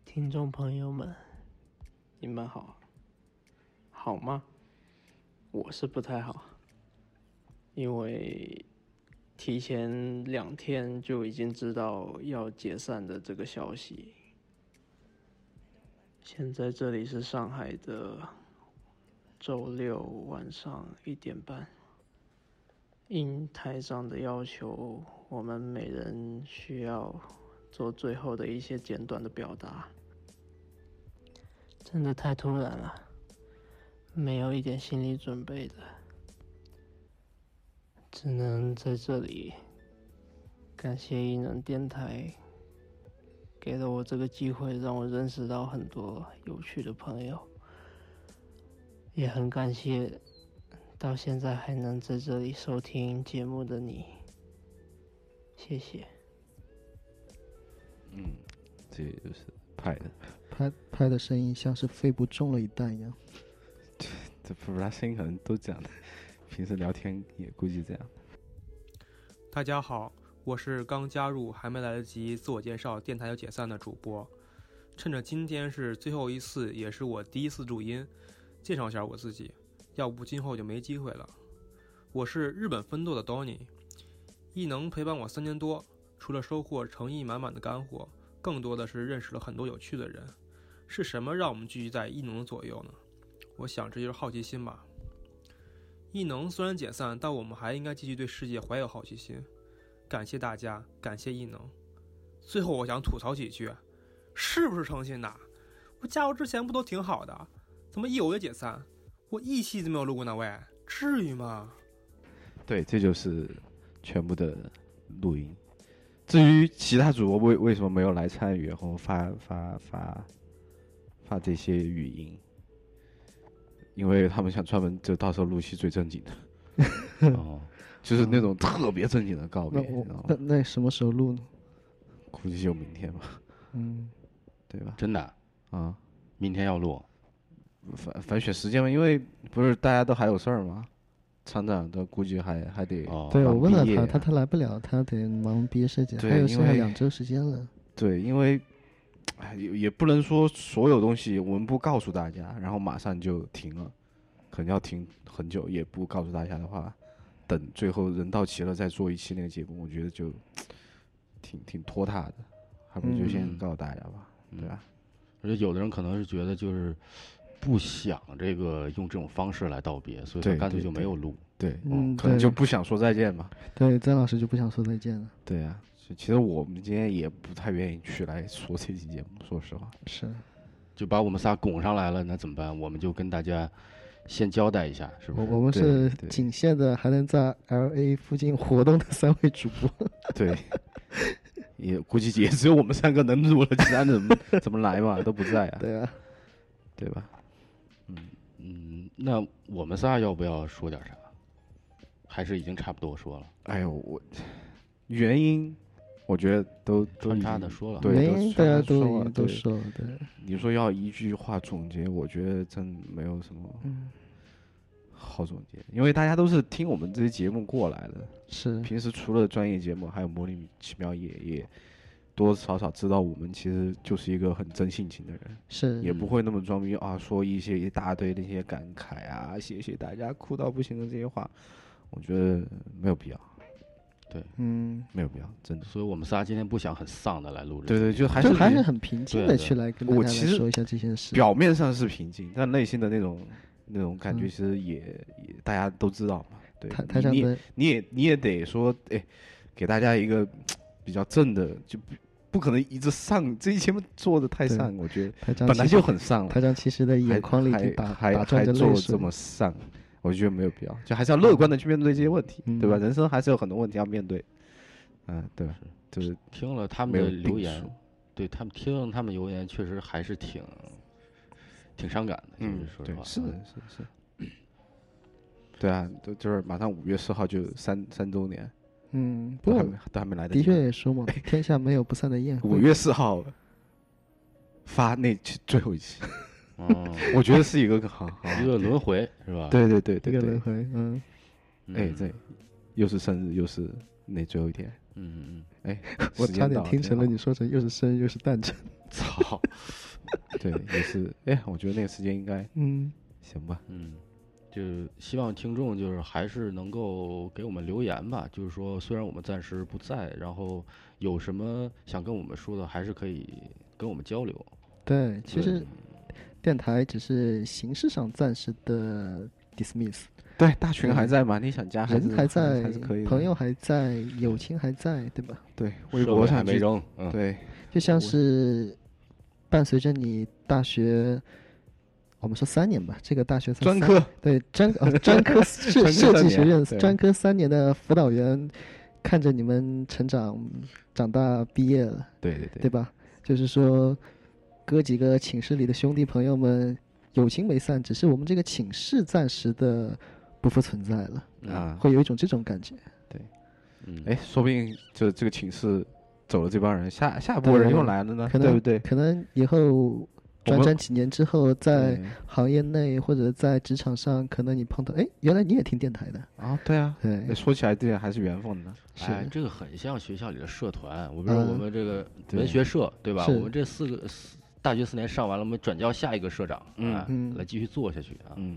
Speaker 11: 听众朋友们，你们好，好吗？我是不太好，因为提前两天就已经知道要解散的这个消息。现在这里是上海的周六晚上一点半，应台上的要求，我们每人需要做最后的一些简短的表达。真的太突然了，没有一点心理准备的，只能在这里感谢异能电台，给了我这个机会，让我认识到很多有趣的朋友，也很感谢到现在还能在这里收听节目的你，谢谢。
Speaker 3: 嗯，这就是派的，
Speaker 2: 拍拍的声音像是肺部中了一弹一样。
Speaker 3: 这不是他声音可能都这样的，平时聊天也估计这样。
Speaker 12: 大家好，我是刚加入还没来得及自我介绍，电台就解散的主播。趁着今天是最后一次，也是我第一次录音，介绍一下我自己，要不今后就没机会了。我是日本分舵的 Donny，异能陪伴我三年多，除了收获诚意满满的干货，更多的是认识了很多有趣的人。是什么让我们聚集在异能的左右呢？我想这就是好奇心吧。异能虽然解散，但我们还应该继续对世界怀有好奇心。感谢大家，感谢异能。最后，我想吐槽几句，啊是不是诚信的？啊我加入之前不都挺好的，啊怎么一有就解散？我一期都没有录过呢，喂，至于吗？
Speaker 3: 对，这就是全部的录音。至于其他主播为为什么没有来参与，然后发发发发这些语音，因为他们想专门就到时候录期最正经的，
Speaker 1: 哦，
Speaker 3: 就是那种特别正经的告别，
Speaker 2: 那
Speaker 3: 你
Speaker 2: 我
Speaker 3: 知道
Speaker 2: 那
Speaker 3: 吗？
Speaker 2: 那什么时候录呢？
Speaker 3: 估计就明天吧，
Speaker 2: 嗯，
Speaker 3: 对吧？
Speaker 1: 真的，
Speaker 3: 啊、
Speaker 1: 明天要录。
Speaker 3: 反反正选时间嘛，因为不是大家都还有事儿吗？厂长都估计还还得
Speaker 1: 哦，
Speaker 2: 对，我
Speaker 3: 忙
Speaker 2: 问了
Speaker 3: 毕业
Speaker 2: 他，
Speaker 3: 啊
Speaker 2: 他他来不了，他得忙毕业设计，
Speaker 3: 对
Speaker 2: 还有
Speaker 3: 因
Speaker 2: 剩下
Speaker 3: 为
Speaker 2: 两周时间了。
Speaker 3: 对，因为，哎，也也不能说所有东西我们不告诉大家，然后马上就停了，可能要停很久，也不告诉大家的话，等最后人到齐了再做一期那个节目，我觉得就挺挺拖沓的，还不如就先
Speaker 1: 嗯
Speaker 3: 告诉大家吧，对吧？
Speaker 1: 而且有的人可能是觉得就是不想这个用这种方式来道别，所以他
Speaker 3: 对
Speaker 1: 干脆
Speaker 3: 对
Speaker 1: 就没
Speaker 3: 对
Speaker 1: 有录。
Speaker 3: 对，哦
Speaker 2: 嗯
Speaker 3: 可能
Speaker 2: 对
Speaker 3: 就不想说再见吧。
Speaker 2: 对，曾老师就不想说再见了。
Speaker 3: 对呀、其其实我们今天也不太愿意去来说这期节目，说实话。
Speaker 2: 是，
Speaker 1: 就把我们仨拱上来了，那怎么办？我们就跟大家先交代一下，是不
Speaker 2: 我
Speaker 1: 是？
Speaker 2: 我们
Speaker 1: 对
Speaker 2: 是仅限的还能在 L A 附近活动的三位主播。
Speaker 3: 对， 也估计也只有我们三个能录了，其他人怎么怎么来嘛，都不在啊。
Speaker 2: 对啊，
Speaker 3: 对吧？嗯
Speaker 1: 嗯，那我们仨要不要说点啥？还是已经差不多说了，
Speaker 3: 哎呦，我原因我觉得都都
Speaker 1: 穿
Speaker 3: 已
Speaker 1: 插
Speaker 3: 经
Speaker 1: 的说了
Speaker 3: 对，
Speaker 2: 原
Speaker 3: 都
Speaker 2: 因
Speaker 3: 穿
Speaker 2: 大
Speaker 3: 插
Speaker 2: 家都
Speaker 3: 说
Speaker 2: 已
Speaker 3: 了
Speaker 2: 经都
Speaker 3: 对
Speaker 2: 说了对
Speaker 3: 你说要一句话总结，我觉得真没有什么
Speaker 2: 嗯
Speaker 3: 好总结，因为大家都是听我们这些节目过来的。
Speaker 2: 是
Speaker 3: 平时除了专业节目，还有《魔力奇妙夜》，也多多少少知道我们其实就是一个很真性情的人，
Speaker 2: 是
Speaker 3: 也不会那么装逼啊，说一些一大堆那些感慨啊，谢谢大家哭到不行的这些话，我觉得没有必要，
Speaker 1: 对，
Speaker 2: 嗯，
Speaker 3: 没有必要，真的。
Speaker 1: 所以我们仨今天不想很丧的来录这
Speaker 3: 对
Speaker 1: 个。
Speaker 3: 对，就还
Speaker 2: 就是还
Speaker 3: 你
Speaker 2: 是很平静的
Speaker 1: 对
Speaker 2: 去来跟大
Speaker 3: 我
Speaker 2: 家
Speaker 3: 其
Speaker 2: 来
Speaker 3: 实
Speaker 2: 说一下这件事。
Speaker 3: 表面上是平静，但内心的那种那种感觉，
Speaker 2: 嗯
Speaker 3: 其实也、也大家都知道嘛。对，
Speaker 2: 台
Speaker 3: 你
Speaker 2: 台上
Speaker 3: 你也
Speaker 2: 的
Speaker 3: 你也你也得说，哎，给大家一个比较正的，就不不可能一直上，这一节目做的太
Speaker 2: 对
Speaker 3: 上，我觉得
Speaker 2: 台长
Speaker 3: 本来
Speaker 2: 其实
Speaker 3: 就很上了
Speaker 2: 台，长其实的
Speaker 3: 还
Speaker 2: 眼眶里已
Speaker 3: 还
Speaker 2: 经打
Speaker 3: 还
Speaker 2: 打
Speaker 3: 还
Speaker 2: 转着
Speaker 3: 做
Speaker 2: 泪
Speaker 3: 这
Speaker 2: 水。
Speaker 3: 么上，我觉得没有必要，就还是要乐观的去面对这些问题，对吧？
Speaker 2: 嗯
Speaker 3: 人生还是有很多问题要面对，嗯、对吧？就是
Speaker 1: 听了他们
Speaker 3: 没有
Speaker 1: 的留
Speaker 3: 定
Speaker 1: 言
Speaker 3: 数，
Speaker 1: 对他们听了他们留言，确实还是挺挺伤感的。
Speaker 3: 嗯
Speaker 1: 其实，说实
Speaker 3: 对
Speaker 1: 话，，啊
Speaker 3: 是的，是的是的。对啊，都就是马上五月四号就三三周年，
Speaker 2: 嗯，不
Speaker 3: 都还
Speaker 2: 过
Speaker 3: 没都还没来得及。哎
Speaker 2: 的确也说嘛，天下没有不散的宴会。
Speaker 3: 五月四号发那期最后一期，
Speaker 1: 哦，
Speaker 3: 我觉得是一个好好。
Speaker 1: 一个轮回是吧？
Speaker 3: 对对对
Speaker 2: 这
Speaker 3: 对
Speaker 2: 个
Speaker 3: 对
Speaker 2: 轮，回，嗯，
Speaker 1: 嗯，
Speaker 3: 哎，对，又是生日，又是那最后一天，
Speaker 1: 嗯嗯
Speaker 3: 哎，
Speaker 2: 我
Speaker 3: 时间
Speaker 2: 差点
Speaker 3: 到啊
Speaker 2: 听成了。
Speaker 3: 挺
Speaker 2: 你说成又是生日又是诞 辰。
Speaker 1: 嗯，操，
Speaker 3: 好对，也是，哎，我觉得那个时间应该
Speaker 2: 嗯，
Speaker 3: 行吧。
Speaker 1: 嗯，就希望听众就是还是能够给我们留言吧。就是说，虽然我们暂时不在，然后有什么想跟我们说的，还是可以跟我们交流。
Speaker 2: 对，其
Speaker 1: 对
Speaker 2: 实电台只是形式上暂时的 dismiss，
Speaker 3: 对，大群还在吗？你想加还是
Speaker 2: 人还在
Speaker 3: 还是可以，的？
Speaker 2: 朋友还在，友情还在，对吧？
Speaker 3: 对，微
Speaker 1: 设
Speaker 3: 博
Speaker 1: 备
Speaker 3: 上
Speaker 1: 还没
Speaker 3: 去
Speaker 1: 扔，嗯，
Speaker 3: 对，
Speaker 2: 就像
Speaker 3: 我
Speaker 2: 是伴随着你大学，我们说三年吧，这个大学算三
Speaker 3: 专科
Speaker 2: 对 专呃专 科
Speaker 3: 专科
Speaker 2: 设设
Speaker 3: 三
Speaker 2: 计学
Speaker 3: 年
Speaker 2: 院
Speaker 3: 对
Speaker 2: 专科三年的辅导员，看着你们成长、长大、毕业了，
Speaker 3: 对对对
Speaker 2: 对吧？就是说，哥几个寝室里的兄弟朋友们友情没散，只是我们这个寝室暂时的不复存在了，
Speaker 3: 啊，
Speaker 2: 会有一种这种感觉。
Speaker 1: 嗯，
Speaker 3: 哎，说不定就这个寝室走了这帮人，下下一波人又
Speaker 2: 对
Speaker 3: 来了呢，
Speaker 2: 可能
Speaker 3: 对不对？
Speaker 2: 可能以后短
Speaker 3: 们
Speaker 2: 短几年之后，在
Speaker 3: 对
Speaker 2: 行业内或者在职场上，可能你碰到，哎，原来你也听电台的，
Speaker 3: 啊，对啊，
Speaker 2: 对
Speaker 3: 哎，说起来这个还是缘分呢。
Speaker 2: 是
Speaker 1: 哎，这个很像学校里的社团。我比如说我
Speaker 2: 嗯
Speaker 1: 们这个
Speaker 3: 对
Speaker 1: 文学社，对吧？
Speaker 2: 是
Speaker 1: 我们这四个四大学四年上完了，我们转交下一个社长，
Speaker 3: 嗯
Speaker 1: 哎
Speaker 2: 嗯
Speaker 1: 来继续做下去啊。
Speaker 3: 嗯，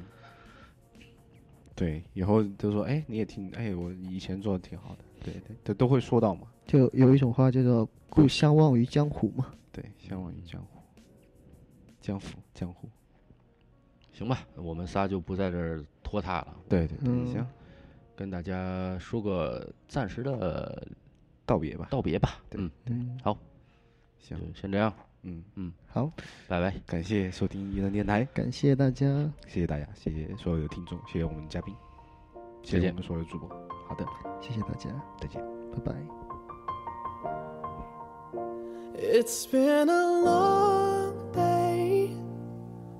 Speaker 3: 对，以后就说，哎，你也挺，哎，我以前做的挺好的，对对，都都会说到嘛。
Speaker 2: 就有一种话叫做“故乡忘于江湖”嘛。
Speaker 3: 对，相忘于江湖，江湖，江湖。
Speaker 1: 行吧，我们仨就不在这儿拖沓了，
Speaker 3: 对对对，
Speaker 2: 嗯
Speaker 3: 行，
Speaker 1: 跟大家说个暂时的
Speaker 3: 道别吧。
Speaker 1: 道别吧。
Speaker 3: 对
Speaker 1: 嗯，
Speaker 2: 嗯，
Speaker 3: 行，
Speaker 1: 就先这样，
Speaker 3: 嗯，
Speaker 2: 好，
Speaker 1: 拜拜。
Speaker 3: 感谢收听一人电台，
Speaker 2: 感谢大家，
Speaker 3: 谢谢大家，谢谢所有的听众，谢谢我们的嘉宾，谢
Speaker 1: 再
Speaker 3: 谢
Speaker 1: 见
Speaker 3: 我们所有的主播。好的，
Speaker 2: 谢谢大家，
Speaker 3: 再见。
Speaker 2: 拜拜。
Speaker 13: It's been a long day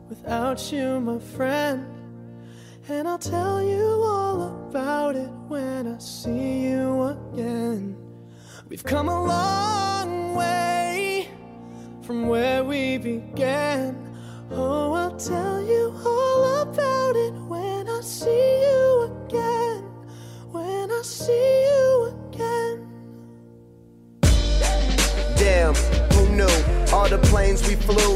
Speaker 13: without you, my friend. And I'll tell you all about it when I see you again. We've come a long way from where we began. Oh, I'll tell you all about it when I see you again. When I see you again.
Speaker 14: Damn, who knew? All the planes we flew,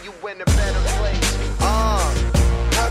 Speaker 14: you in a better place. Uh.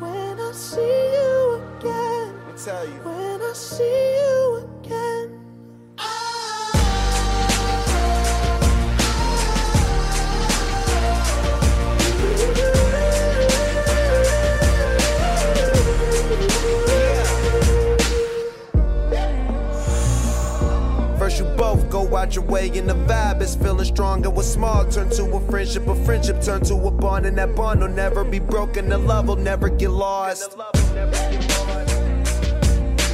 Speaker 13: when I see you again.
Speaker 14: I tell you.
Speaker 13: When I see you again.
Speaker 14: First, you both go out your way, and the vibe is feeling strong. And what's small turn to a friendship, a friendship turn to a bond, and that bond will never be broken. The love will never get lost.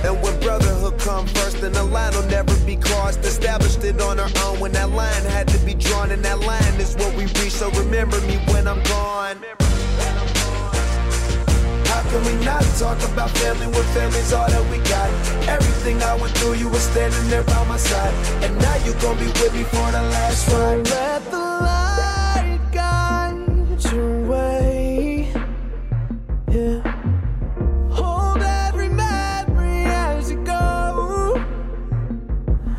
Speaker 14: And when brotherhood come first, then the line will never be crossed. Established it on our own when that line had to be drawn, and that line is what we reach. So remember me when I'm gone. How can we not talk about family when family's all that we got? Everything I went through, you were standing there by my side, and now you gon' be with me for the last
Speaker 13: So
Speaker 14: ride.
Speaker 13: let the light guide your way. Yeah. Hold every memory as you go,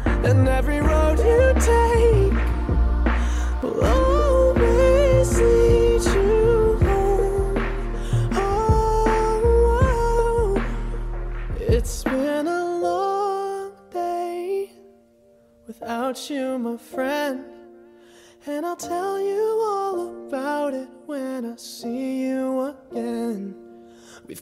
Speaker 13: and every road you take will always lead you home. Oh, it's been a long day without you, my friend. And I'll tell you all about it when I see you again. We've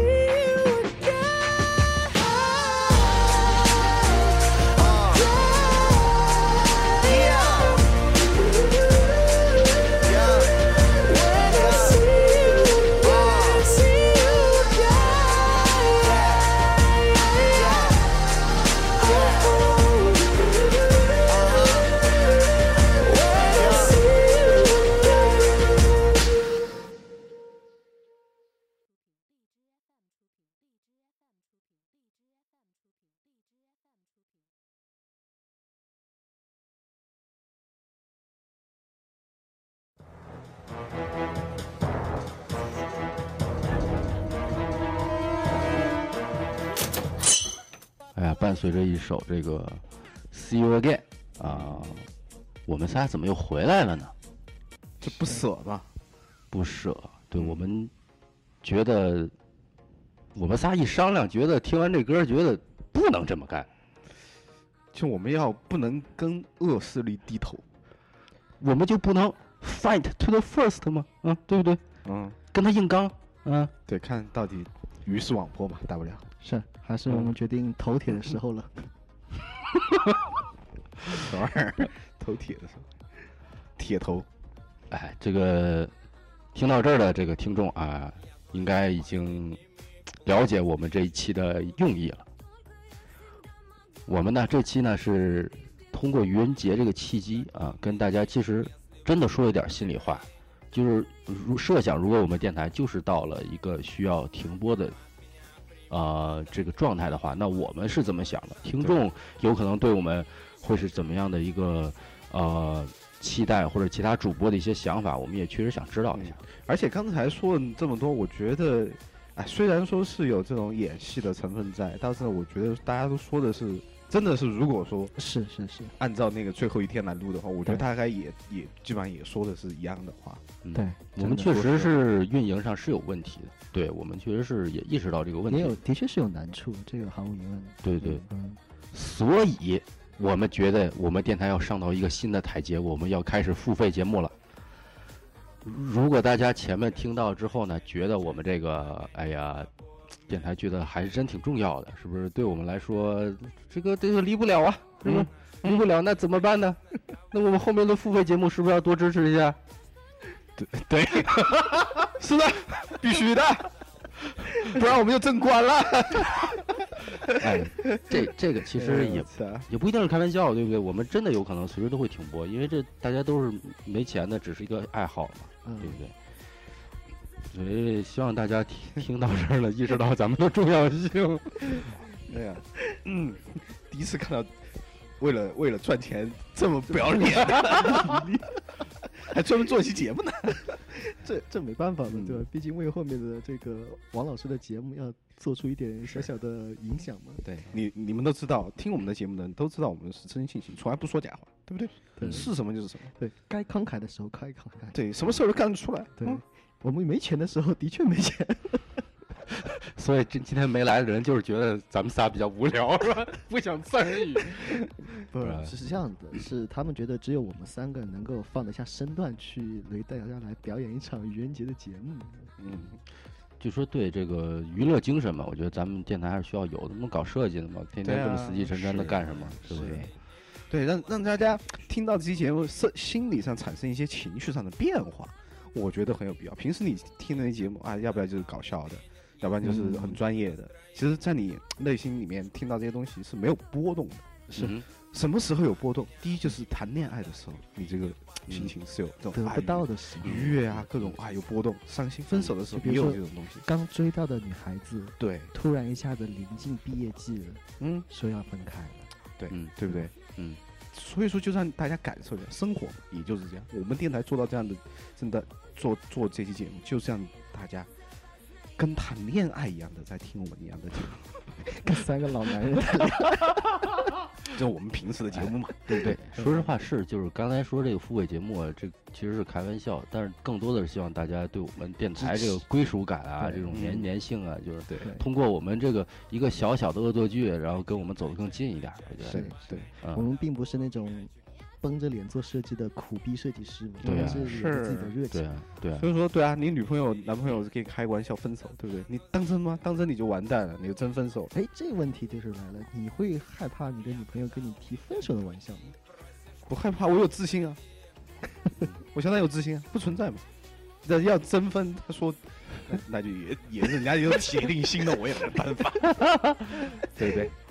Speaker 13: you
Speaker 1: 哎呀，伴随着一首这个《See You Again》啊，我们仨怎么又回来了呢？
Speaker 3: 这不舍吧？嗯
Speaker 1: 不舍，对我们觉得，我们仨一商量，觉得听完这歌，觉得不能这么干。
Speaker 3: 就我们要不能跟恶势力低头，
Speaker 1: 我们就不能 fight to the first 吗？啊，对不对？
Speaker 3: 嗯，
Speaker 1: 跟他硬刚，嗯，
Speaker 3: 对，看到底鱼是网破嘛，大不了。
Speaker 2: 是，还是我
Speaker 3: 嗯
Speaker 2: 们决定头铁的时候了。
Speaker 3: 什么玩意儿？头铁的时候，铁头。
Speaker 1: 哎，这个听到这儿的这个听众啊，应该已经了解我们这一期的用意了。我们呢，这期呢是通过愚人节这个契机啊，跟大家其实真的说一点心里话，就是如设想，如果我们电台就是到了一个需要停播的。呃，这个状态的话，那我们是怎么想的？听众有可能对我们会是怎么样的一个呃期待，或者其他主播的一些想法，我们也确实想知道一下。
Speaker 3: 而且刚才说了这么多，我觉得，哎，虽然说是有这种演戏的成分在，但是我觉得大家都说的是，真的是，如果说
Speaker 2: 是是是，
Speaker 3: 按照那个最后一天来录的话，我觉
Speaker 2: 对
Speaker 3: 得大概也也基本上也说的是一样的话。
Speaker 1: 嗯
Speaker 2: 对
Speaker 1: 我们确
Speaker 3: 真的
Speaker 1: 实是运营上是有问题的，对我们确实是也意识到这个问
Speaker 2: 也
Speaker 1: 题。
Speaker 2: 有，的确是有难处，这个毫无疑问。
Speaker 1: 对对，
Speaker 2: 嗯，
Speaker 1: 所以我们觉得我们电台要上到一个新的台阶，我们要开始付费节目了。如果大家前面听到之后呢，觉得我们这个，哎呀，电台觉得还是真挺重要的，是不是？对我们来说，这个这个离不了啊，是不是？离不了，那怎么办呢？那我们后面的付费节目是不是要多支持一下？
Speaker 3: 对， 是的，必须的，不然我们就正关了。
Speaker 1: 哎，这这个其
Speaker 3: 哎
Speaker 1: 实
Speaker 3: 呦
Speaker 1: 也
Speaker 3: 我操
Speaker 1: 也不一定是开玩笑，对不对？我们真的有可能随时都会停播，因为这大家都是没钱的，只是一个爱好嘛，
Speaker 3: 嗯
Speaker 1: 对不对？所以希望大家听听到这儿了，意识到咱们的重要性。
Speaker 3: 哎呀，嗯，第一次看到为了 为了赚钱这么不 要脸，还专门做一期节目呢。嗯
Speaker 2: 这这没办法嘛，对吧？毕竟为后面的这个王老师的节目要做出一点小小的影响嘛。
Speaker 3: 对你你们都知道，听我们的节目的人都知道我们是真性情，从来不说假话，对不对？
Speaker 2: 对
Speaker 3: 是什么就是什么。
Speaker 2: 对该慷慨的时候慷慨慷慨，
Speaker 3: 对，什么事儿都干得出来。嗯
Speaker 2: 对，我们没钱的时候的确没 钱，
Speaker 1: 所以这今天没来的人就是觉得咱们仨比较无聊，是 吧？不想参与。
Speaker 2: 不
Speaker 1: 是
Speaker 3: 啊
Speaker 1: 吧
Speaker 2: 是是这样的，是他们觉得只有我们三个能够放得下身段去为大家来表演一场愚人节的节目。
Speaker 3: 嗯，
Speaker 1: 就说对这个娱乐精神嘛，我觉得咱们电台还是需要有的。那么搞设计的嘛，天天
Speaker 3: 对
Speaker 1: 这么
Speaker 3: 啊
Speaker 1: 死气沉沉的
Speaker 3: 是
Speaker 1: 干什么？是不
Speaker 3: 是
Speaker 1: 是？
Speaker 3: 对，让让大家听到这期节目，是心理上产生一些情绪上的变化，我觉得很有必要。平时你听那些节目啊，要不然就是搞笑的，要不然
Speaker 2: 嗯
Speaker 3: 就是很专业的。其实，在你内心里面听到这些东西是没有波动的。是、
Speaker 1: 嗯
Speaker 3: 什么时候有波动？第一就是谈恋爱的时候，你这个心情是有这种
Speaker 2: 嗯得
Speaker 3: 啊
Speaker 2: 不到的时候
Speaker 3: 愉悦啊，各种啊有波动。伤心分手的时
Speaker 2: 就
Speaker 3: 候
Speaker 2: 比
Speaker 3: 也
Speaker 2: 如
Speaker 3: 有
Speaker 2: 说
Speaker 3: 这种东西。
Speaker 2: 刚追到的女孩子，
Speaker 3: 对，
Speaker 2: 突然一下子临近毕业季了，
Speaker 3: 嗯，
Speaker 2: 说要分开了，
Speaker 3: 对，对不对？
Speaker 1: 嗯，
Speaker 3: 所以说就让大家感受一下生活，也就是这样。我们电台做到这样的，真的做做这期节目，就是让大家跟谈恋爱一样的在听我们一样的节目，
Speaker 2: 跟三个老男人谈恋
Speaker 3: 这我们平时的节目嘛，对不对
Speaker 1: 对？，说实话是，就是刚才说这个付费节目，啊，这其实是开玩笑，但是更多的是希望大家对我们电台这个归属感啊，
Speaker 3: 对
Speaker 1: 这种粘
Speaker 3: 嗯
Speaker 1: 粘性啊，就是通过我们这个一个小小的恶作剧，然后跟我们走得更近一点，我觉得
Speaker 2: 是
Speaker 3: 对，
Speaker 2: 我
Speaker 1: 嗯，
Speaker 2: 们并不是那种绷着脸做设计的苦逼设计师嘛，
Speaker 1: 对啊
Speaker 2: 我们是有着自己的热情。
Speaker 1: 对啊，对啊
Speaker 3: 所，以说，对啊，你女朋友、男朋友是可以开玩笑分手，对不对？你当真吗？当真你就完蛋了，你就真分手了。
Speaker 2: 哎，这问题就是来了，你会害怕你的女朋友跟你提分手的玩笑吗？
Speaker 3: 我害怕，我有 自信啊，我相当有自信啊，不存在嘛。那要真分，他说，那那就也也人家有铁定心的，我也没办法，对不对？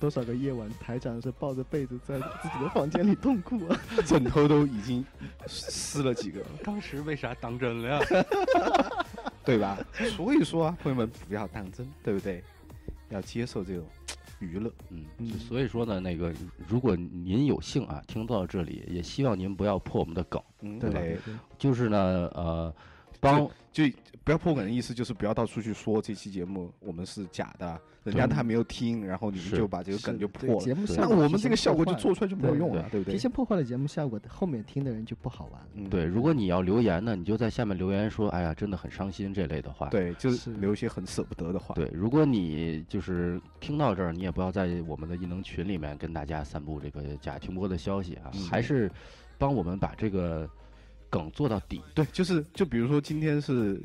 Speaker 2: 多少个夜晚，台长是抱着被子在自己的房间里痛哭啊！
Speaker 3: 枕头都已经撕了几个了，
Speaker 12: 当时为啥当真了呀？
Speaker 3: 对吧？所以说啊，朋友们不要当真，对不对？要接受这种娱乐，
Speaker 1: 嗯，就所以说呢，那个如果您有幸啊听到这里，也希望您不要破我们的梗，
Speaker 3: 嗯
Speaker 1: 对吧
Speaker 3: 对？
Speaker 1: 就是呢，呃，帮
Speaker 3: 就就不要破梗的意思就是不要到处去说这期节目我们是假的，人家
Speaker 1: 对
Speaker 3: 还没有听，然后你们
Speaker 1: 是
Speaker 3: 就把这个梗就破了，
Speaker 2: 节目效
Speaker 3: 那
Speaker 2: 果
Speaker 3: 我
Speaker 2: 提
Speaker 3: 们这
Speaker 2: 前
Speaker 3: 个效果
Speaker 2: 破
Speaker 3: 就
Speaker 2: 坏
Speaker 3: 做出来就没有用了，对不
Speaker 2: 提
Speaker 3: 对？
Speaker 2: 前破坏了节目效果，后面听的人就不好玩了。
Speaker 3: 嗯
Speaker 1: 对，如果你要留言呢，你就在下面留言说，哎呀，真的很伤心这类的话。
Speaker 3: 对，就是留一些很舍不得的话。
Speaker 1: 对，如果你就是听到这儿，你也不要在我们的异能群里面跟大家散布这个假停播的消息啊，
Speaker 3: 嗯
Speaker 1: 还是帮我们把这个梗做到底。
Speaker 3: 对，就是就比如说今天是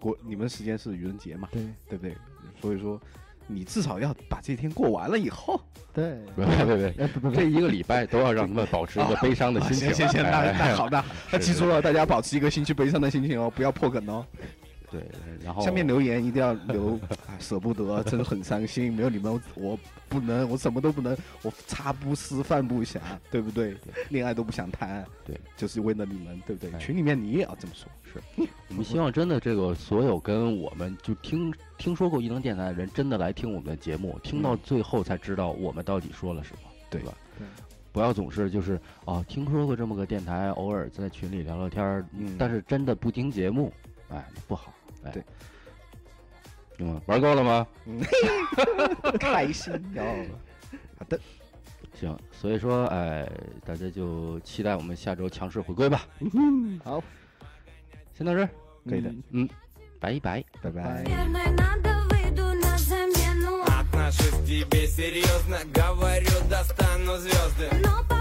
Speaker 3: 国你们时间是愚人节嘛，
Speaker 2: 对
Speaker 3: 对不对？所以说你至少要把这天过完了以后，
Speaker 2: 对，哎
Speaker 1: 别别
Speaker 3: 哎
Speaker 1: 别，这一个礼拜都要让他们保持一个悲伤的心情。
Speaker 3: 啊行行行，那
Speaker 1: 哎
Speaker 3: 那好，那 那
Speaker 1: 是
Speaker 3: 记
Speaker 1: 是
Speaker 3: 住了，大家保持一个星期悲伤的心情哦，不要破梗哦。
Speaker 1: 对，然后
Speaker 3: 下面留言一定要留，啊舍不得，真的很伤心，没有你们我不能，我什么都不能，我茶不思饭不想，对不对？恋爱都不想谈，
Speaker 1: 对，哎
Speaker 3: 就是为了你们，对不对？群里面你也要这么说，是。
Speaker 1: 我们希望真的这个所有跟我们就听听说过异能电台的人，真的来听我们的节目，听到最后才知道我们到底说了什么，对吧？不要总是就是啊，听说过这么个电台，偶尔在群里聊聊天儿，但是真的不听节目，哎，不好，哎，对，嗯，玩够了吗？
Speaker 3: 开心哟。好的，
Speaker 1: 行，所以说，哎，大家就期待我们下周强势回归吧。
Speaker 2: 好，
Speaker 1: 先到这儿，
Speaker 3: 可以的，
Speaker 1: 嗯，拜拜，
Speaker 3: 拜拜。
Speaker 15: Наверное, надо выйду на замену
Speaker 16: Отношусь к тебе серьезно, говорю, достану звезды
Speaker 15: Но по